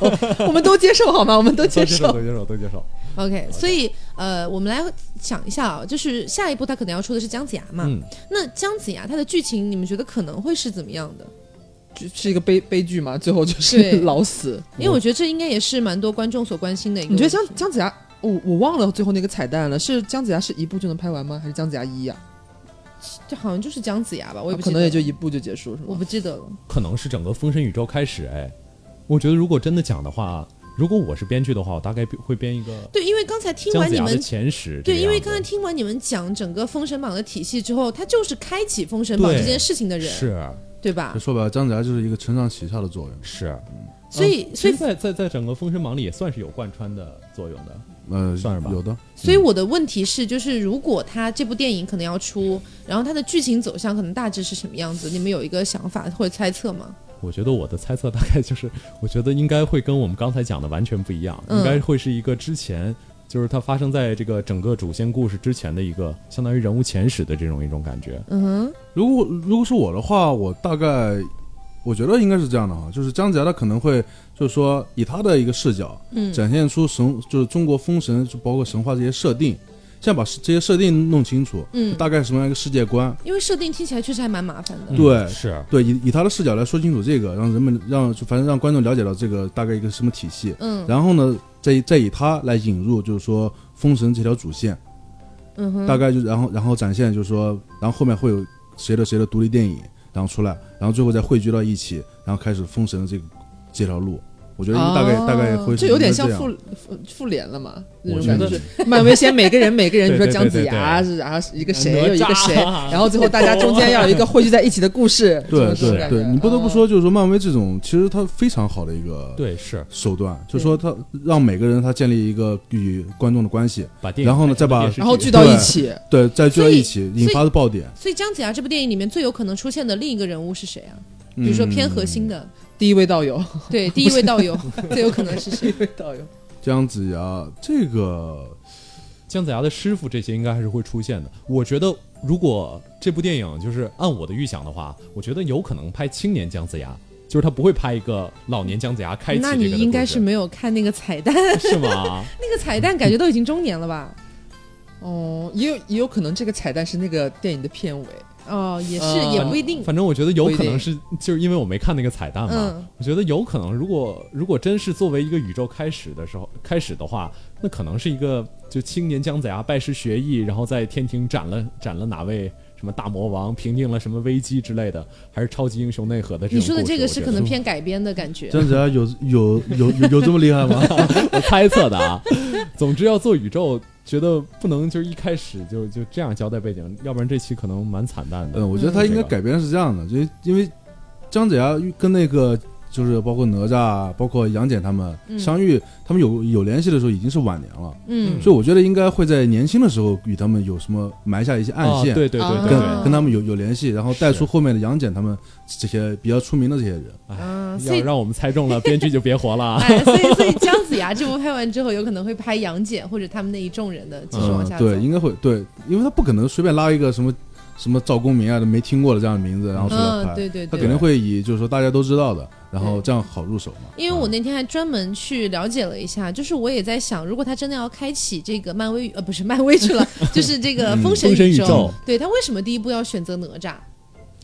S4: 我们都接受好吗？我们都
S2: 这
S4: 接
S2: 样都接受，
S4: 受。
S2: 都接受，都接受。
S3: OK，所以呃，我们来想一下啊，就是下一步他可能要出的是姜子牙嘛，
S2: 嗯
S3: 那姜子牙他的剧情你们觉得可能会是怎么样的？
S4: 就是一个悲悲剧嘛，最后就
S3: 对
S4: 是老死。
S3: 因为我觉得这应该也是蛮多观众所关心的一个。
S4: 你觉得姜姜子牙，我我忘了最后那个彩蛋了，是姜子牙是一部就能拍完吗？还是姜子牙一呀、
S3: 这好像就是姜子牙吧？我也
S2: 啊
S3: 不
S4: 哦可
S3: 记得
S4: 能也就一部就结束是
S3: 我
S4: 吗？
S3: 不记得了。
S2: 可能是整个封神宇宙开始。哎，我觉得如果真的讲的话，如果我是编剧的话，我大概会编一个
S3: 对，因为刚才听
S2: 姜
S3: 完
S2: 子
S3: 你
S2: 牙的
S3: 们
S2: 前十这
S3: 对，
S2: 个样子。
S3: 因为刚才听完你们讲整个《封神榜》的体系之后，他就是开启《封神榜》
S2: 对
S3: 这件事情的人，
S2: 是啊
S3: 对吧
S5: 就？说白了，姜子牙就是一个承上启下的作用。
S2: 是，
S3: 所以，
S2: 嗯其
S3: 所以
S2: 实，在在在整个封神榜里也算是有贯穿的作用的。
S5: 呃，
S2: 算是吧
S5: 有的。
S3: 所以我的问题是，就是如果他这部电影可能要出，然后它的剧情走向可能大致是什么样子？你们有一个想法或者猜测吗？
S2: 我觉得我的猜测大概就是，我觉得应该会跟我们刚才讲的完全不一样，
S3: 嗯
S2: 应该会是一个之前就是它发生在这个整个主线故事之前的一个相当于人物前史的这种一种感觉。
S3: 嗯哼，
S5: 如果如果是我的话，我大概我觉得应该是这样的哈，就是姜子牙他可能会就是说以他的一个视角，
S3: 嗯
S5: 展现出神就是中国封神就包括神话这些设定，先把这些设定弄清楚，
S3: 嗯
S5: 大概什么样一个世界观，
S3: 因为设定听起来确实还蛮麻烦
S2: 嗯
S3: 的。
S5: 对
S2: 是，啊
S5: 对，以以他的视角来说清楚这个，让人们让就反正让观众了解到这个大概一个什么体系，
S3: 嗯
S5: 然后呢，再再以他来引入就是说封神这条主线，
S3: 嗯哼，
S5: 大概就然后然后展现就是说，然后后面会有谁的谁的独立电影，然后出来，然后最后再汇聚到一起，然后开始封神的这个这条路。我觉得大概、
S4: 哦
S5: 大概会
S4: 就
S5: 是
S4: 有点
S5: 应该
S4: 像
S5: 这样
S4: 复复复联了嘛，那
S2: 我
S4: 种
S2: 觉
S4: 感觉
S2: 得
S4: 是漫威先每个人每个人，
S2: 对
S4: 比如
S2: 对
S4: 说姜
S2: 对
S4: 子
S2: 对
S4: 牙
S2: 对
S4: 是，然后是一个谁
S2: 哪吒
S4: 又一个谁，然后最后大家中间要有一个汇聚在一起的故事，
S5: 啊 对
S4: 这种
S5: 对
S4: 感
S5: 对，
S4: 觉哦
S5: 你不得不说，就是说漫威这种其实它非常好的一个
S2: 对是，啊
S5: 手段，就是说它让每个人他建立一个与观众的关系，
S2: 把电影
S5: 然后呢
S2: 拍成
S5: 再把
S2: 电视剧
S4: 然后聚到一起，
S5: 对，再聚到
S3: 所以
S5: 一起，引发的爆点。
S3: 所以姜子牙这部电影里面最有可能出现的另一个人物是谁啊？比如说偏核心的，
S2: 嗯
S4: 第一位道友，
S3: 对，第一位道友最有可能是
S4: 第
S3: 谁
S4: 一？位道友，
S5: 姜子牙这个，
S2: 姜子牙的师傅这些应该还是会出现的。我觉得如果这部电影就是按我的预想的话，我觉得有可能拍青年姜子牙。就是他不会拍一个老年姜子牙开启这个
S3: 那
S2: 的
S3: 你应该
S2: 故事
S3: 是没有看那个彩蛋，
S2: 是吗？
S3: 那个彩蛋感觉都已经中年了吧？
S4: 哦，也有也有可能这个彩蛋是那个电影的片尾，
S3: 哦，也是，
S4: 嗯
S3: 也不一 定。
S2: 呃反正我觉得有可
S4: 不一
S2: 能
S4: 定
S2: 是，就是因为我没看那个彩蛋嘛，
S3: 嗯
S2: 我觉得有可能，如果如果真是作为一个宇宙开始的时候开始的话，那可能是一个就青年姜子牙拜师学艺，然后在天庭斩了斩了哪位什么大魔王，平定了什么危机之类的，还是超级英雄内核的这种
S3: 你说的
S2: 故事
S3: 这个
S2: 我
S3: 是
S2: 觉
S3: 可
S2: 得
S3: 能偏改编的感觉。
S5: 姜子牙有有有有有这么厉 害吗？
S2: 我猜测的啊。总之要做宇宙，觉得不能就是一开始就就这样交代背景，要不然这期可能蛮惨淡的。啊
S5: 嗯，我觉得他应该改编是这样的，就因为姜子牙跟那个就是包括哪吒、啊包括杨戬他们
S4: 嗯
S5: 相遇，他们有有联系的时候已经是晚年了，
S3: 嗯，
S5: 所以我觉得应该会在年轻的时候与他们有什么埋下一些暗
S2: 啊，
S5: 线，
S2: 对对对
S3: 啊
S2: 对
S5: 跟、
S2: 对，
S5: 跟他们有有联系，然后带
S2: 是
S5: 出后面的杨戬他们这些比较出名的这些人。
S4: 嗯
S3: 啊，所以
S2: 要让我们猜中了，编剧就别活了 啊。
S3: 哎，所以所以姜子牙这部拍完之后，有可能会拍杨戬或者他们那一众人的继续往
S5: 嗯
S3: 下，走。
S5: 对，应该会对，因为他不可能随便拉一个什么什么赵公明啊，都没听过的这样的名字，然后出来
S3: 嗯
S5: 拍，
S3: 对对
S5: 他
S3: 对
S5: 肯定会以就是说大家都知道的，然后这样好入手嘛。
S3: 因为我那天还专门去了解了一下，就是我也在想，如果他真的要开启这个漫威呃不是漫威去了，就是这个封神
S2: 封神宇
S3: 宙，
S2: 宙
S3: 对他为什么第一步要选择哪吒？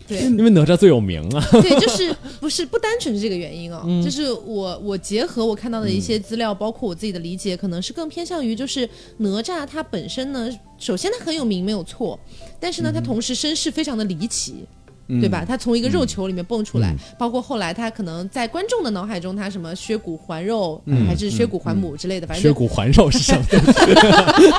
S3: 对
S2: 因为哪吒最有名啊，
S3: 对，就是不是不单纯是这个原因哦，
S2: 嗯
S3: 就是我我结合我看到的一些资料，包括我自己的理解，可能是更偏向于就是哪吒他本身呢，首先他很有名没有错，但是呢，
S2: 嗯
S3: 他同时身世非常的离奇。对吧？他从一个肉球里面蹦出来，
S2: 嗯
S3: 包括后来他可能在观众的脑海中，他什么削骨还肉，
S2: 嗯
S3: 还是削骨还母之类的，反正
S2: 削骨还肉是什么？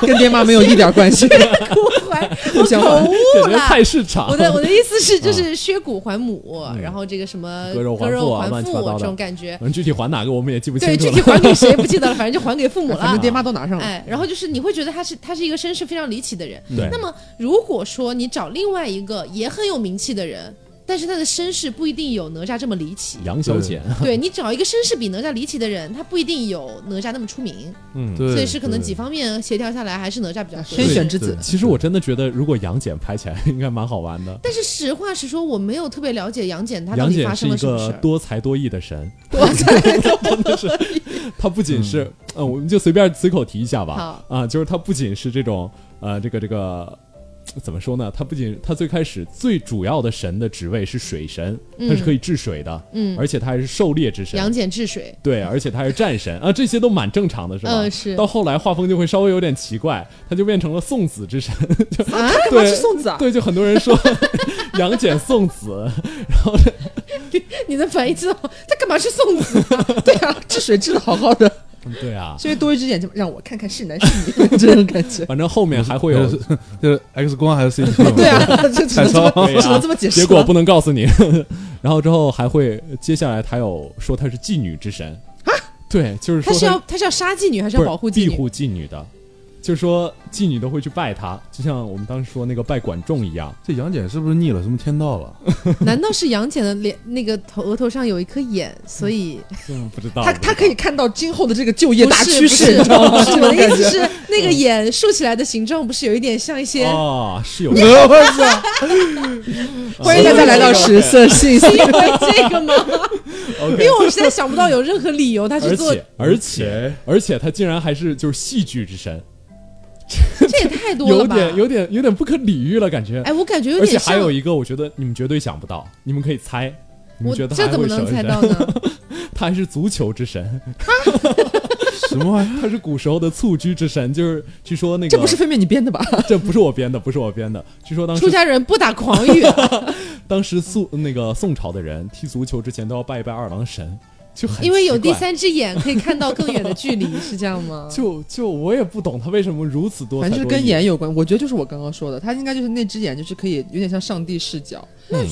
S4: 跟爹妈没 有一点关系。
S3: 就骨 还，我
S4: 互相还
S3: 口误
S2: 感觉
S3: 了，
S2: 菜市场
S3: 我。的我的意思是，就是削骨还母，然后这个什么
S2: 啊嗯割肉还父啊
S3: 还
S2: 乱七八糟的
S3: 这种感觉。
S2: 嗯，具体还哪个我们也记不清
S3: 对，
S2: 楚
S3: 具
S2: 了。
S3: 体还给谁不记得了，反正就还给父 母
S4: 哎反正
S3: 了。
S4: 爹妈都拿上了，
S2: 嗯
S3: 哎，然后就是你会觉得他是他是一个身世非常离奇的人。
S2: 对
S3: 那么如果说你找另外一个也很有名气的人，但是他的身世不一定有哪吒这么离奇。
S2: 杨小姐，
S3: 对你找一个身世比哪吒离奇的人，他不一定有哪吒那么出名，
S2: 嗯，
S5: 对，
S3: 所以是可能
S5: 对
S3: 几方面协调下来，还是哪吒比较合适
S4: 天选之子
S5: 对
S2: 其实我真的觉得，如果杨戬拍起来，应该蛮好玩 的。
S3: 但是实话实说，我没有特别了解杨戬他到
S2: 杨
S3: 底发
S2: 戬是
S3: 生
S2: 一
S3: 了什么事
S2: 个
S3: 儿。
S2: 多才多艺的 神，
S3: 我才嗯
S2: 真的是， 他不仅是，呃，我们就随便随口提一下吧，啊，就是他不仅是这种，呃，这个这个。怎么说呢？他不仅他最开始最主要的神的职位是水神，他是可以治水的，
S3: 嗯
S2: 而且他还是狩猎之神，
S3: 杨戬治水，
S2: 对，而且他是战神啊，这些都蛮正常的，是吧？
S3: 嗯是
S2: 到后来画风就会稍微有点奇怪，他就变成了送子 之神，就
S4: 啊他干嘛
S2: 对
S4: 是送子啊？
S2: 对，就很多人说 杨戬送子，
S3: 你的反应知道
S4: 哦
S3: 他干嘛去送子？
S4: 对啊，治水治的好好 的，
S2: 对啊，
S4: 所以多一只眼睛让我看看是男是女 这种感觉。
S2: 反正后面还会有
S5: 就是就是 X 光还 是 CT 嘛？
S4: 对啊，这只能这么
S2: 对啊
S4: 只能这么解释
S2: 结
S4: 了。
S2: 果不能告诉你。 然后之后还会，接下来他有说他是妓女之神对，就是说
S3: 啊他是要他是要杀妓女还是
S2: 不
S3: 要
S2: 是
S3: 保护
S2: 庇
S3: 妓女？
S2: 护妓女的，就是说妓女都会去拜他，就像我们当时说那个拜管仲一样。
S5: 这杨戬是不是腻了？什么天道 了？
S3: 难道是杨戬的脸那个头额头上有一颗眼，所以
S2: 嗯，不知道
S4: 他他可以看到今后的这个就业大趋
S3: 不是不
S4: 势，你
S3: 是
S4: 知道吗？
S3: 不是
S4: 这
S3: 我
S4: 种
S3: 的意
S4: 感
S3: 思
S4: 觉。
S3: 是那个眼竖起来的形状，不是有一点像一些
S2: 哦，是有
S5: 我
S4: 啊
S5: 操！
S4: 欢迎大家来到十色信息
S3: 因为这个吗？因
S2: OK
S3: 为。我实在想不到有任何理由他去
S2: 而
S3: 做，
S2: 且而且而且他竟然还是就是戏剧之神，
S3: 这也太多
S2: 有
S3: 了吧？
S2: 点有点有点不可理喻了感觉。
S3: 哎，我感觉有
S2: 而且
S3: 点
S2: 还
S3: 像，
S2: 有一个，我觉得你们绝对想不到，你们可以猜。你们
S3: 我
S2: 觉得他
S3: 这
S2: 还
S3: 怎么
S2: 会什
S3: 能
S2: 么
S3: 猜
S2: 神
S3: 到呢？
S2: 他还是足球之神，
S5: 什么玩意儿？
S2: 他是古时候的蹴鞠之神，就是据说那个
S4: 这不是分辨你编的吧？
S2: 这不是我编的，不是我编的。据说当
S3: 出
S2: 时
S3: 家人不打诳 语，
S2: 当时宋那个宋朝的人踢足球之前都要拜一拜二郎神，就很
S3: 因为有
S2: 奇怪嗯
S3: 第，三只眼可以看到更远的距离，是这样吗？
S2: 就就我也不懂他为什么如此多才
S4: 反正就是
S2: 多
S4: 跟
S2: 艺
S4: 眼有关，我觉得就是我刚刚说的，他应该就是那只眼，就是可以有点像上帝视角。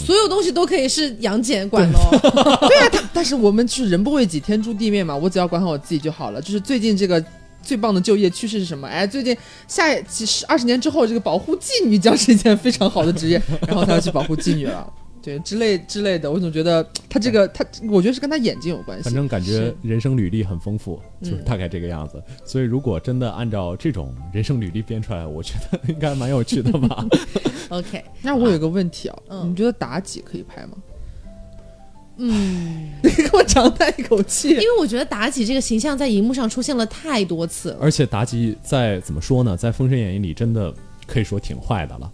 S3: 所有东西都可以是杨戬管喽。
S4: 对啊，他但是我们就是人不为己，天诛地灭嘛，我只要管好我自己就好了。就是最近这个最棒的就业趋势是什么？哎，最近下几十二十年之后，这个保护妓女将是一件非常好的职业， 然后他要去保护妓女了，对之类之类的。我总觉得他这个他，我觉得是跟他眼睛有关系。
S2: 反正感觉
S4: 是嗯
S2: 人生履历很丰富，就是大概这个样子。所以如果真的按照这种人生履历编出来，我觉得应该蛮有趣的 吧。
S3: OK，
S4: 那我有个问题啊，
S3: 嗯
S4: 你觉得妲己可以拍吗？
S3: 嗯，
S4: 你给我长叹一口
S3: 因
S4: 气。
S3: 为我觉得妲己这个形象在荧幕上出现了太多次了。
S2: 而且妲己在怎么说呢，在《封神演义》里真的可以说挺坏的了。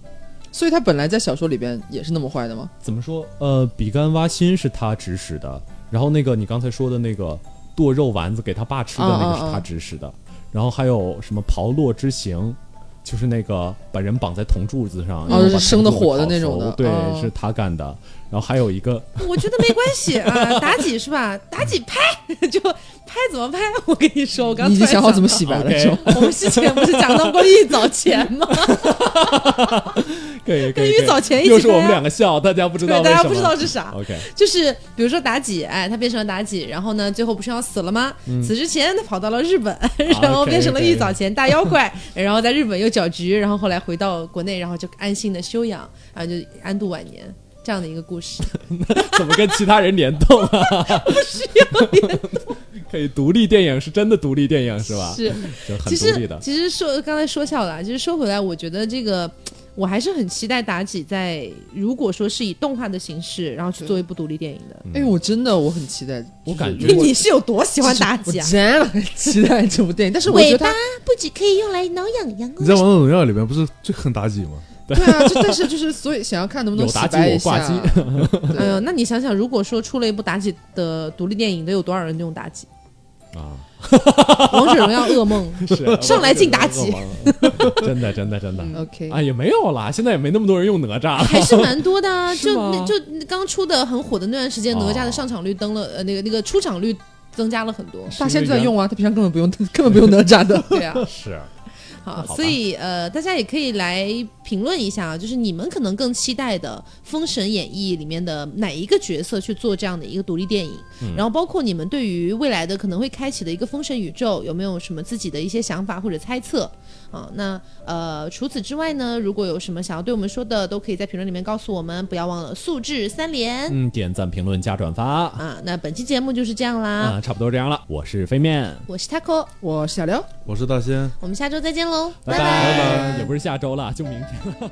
S4: 所以他本来在小说里边也是那么坏的吗？
S2: 怎么说？呃，比干挖心是他指使的，然后那个你刚才说的那个剁肉丸子给他爸吃的那个
S4: 嗯嗯
S2: 是
S4: 嗯
S2: 他指使的，然后还有什么刨落之刑，就是那个把人绑在铜柱子上，然后把
S4: 是生的
S2: 铜柱子
S4: 火的
S2: 烤
S4: 那种
S2: 熟
S4: 的
S2: 对，
S4: 哦
S2: 是他干的。然后还有一个，
S3: 我觉得没关系啊，妲己是吧？妲己拍就拍怎么拍？我跟你说，我刚
S4: 你已经
S3: 突然
S4: 想好怎么
S3: 到
S4: 洗白了
S2: OK
S4: 是吗？
S3: 我们之前不是讲到过玉藻前吗？
S2: 可以可
S3: 跟
S2: 以，
S3: 玉
S2: 可以
S3: 藻前一起
S2: 又是
S3: 拍
S2: 我们
S3: 啊
S2: 两个笑，大家不 知
S3: 对，
S2: 道
S3: 大
S2: 为什
S3: 家
S2: 么
S3: 不知道是啥。
S2: OK，
S3: 就是比如说妲己，哎，她变成了妲己，然后呢，最后不是要死了吗？
S2: 嗯
S3: 死之前她跑到了日本，
S2: 啊
S3: 然后变成了玉藻前大妖怪，然后在日本又搅局，然后后来回到国内，然后就安心的休养，然后就安度晚年。这样的一个故事，
S2: 怎么跟其他人联动啊？ 可以独立电影是真的独立电影是吧？
S3: 是
S2: 就很
S3: 其
S2: 独立
S3: 实
S2: 的。
S3: 其实说刚才说笑了啊，其实说回来，我觉得这个我还是很期待妲己在如果说是以动画的形式，然后去做一部独立电影的。
S4: 哎，我真的我很期待，
S2: 我感觉
S3: 你是有多喜欢妲己
S4: 我
S3: 啊？
S4: 真的很 期待这部电影，但是我觉得它
S3: 不仅可以用来挠痒痒哦
S5: 你在《王者荣耀》里面不是最恨妲己吗？
S4: 对啊，就但是就是所以想要看能不能
S2: 有
S4: 洗
S2: 妲己
S4: 白
S2: 我
S4: 一
S2: 挂
S4: 下。
S2: 机
S3: 哎
S4: 嗯
S3: 呦，那你想想，如果说出了一部妲己的独立电影，得有多少人用妲己？
S2: 啊，
S3: 王者荣耀噩梦，
S2: 是啊
S3: 上来进妲己，
S2: 真的真的真的，
S4: OK，
S2: 啊也没有啦，现在也没那么多人用哪 吒，
S3: 还是蛮多的 啊。
S2: 是
S3: 就
S2: 吗
S3: 那就刚出的很火的那段时间，哪
S2: 哦
S3: 吒的上场率登了，呃，那个那个出场率增加了很多。
S4: 大仙就在用啊，他平常根本不用， 根本不用哪吒的。
S3: 对啊，
S2: 是
S3: 好
S2: 那，好吧
S3: 所以呃，大家也可以来评论一下啊，就是你们可能更期待的《封神演义》里面的哪一个角色去做这样的一个独立电影，
S2: 嗯
S3: 然后包括你们对于未来的可能会开启的一个封神宇宙，有没有什么自己的一些想法或者猜测啊？那呃，除此之外呢，如果有什么想要对我们说的，都可以在评论里面告诉我们，不要忘了素质三连、
S2: 嗯，点赞、评论、加转发
S3: 啊。那本期节目就是这样啦，
S2: 啊，差不多这样了。我是飞面，
S3: 我是 taco，
S4: 我是小刘。
S5: 我是大仙。
S3: 我们下周再见喽，
S2: 拜
S3: 拜
S2: 拜，也不是下周了，就明天了。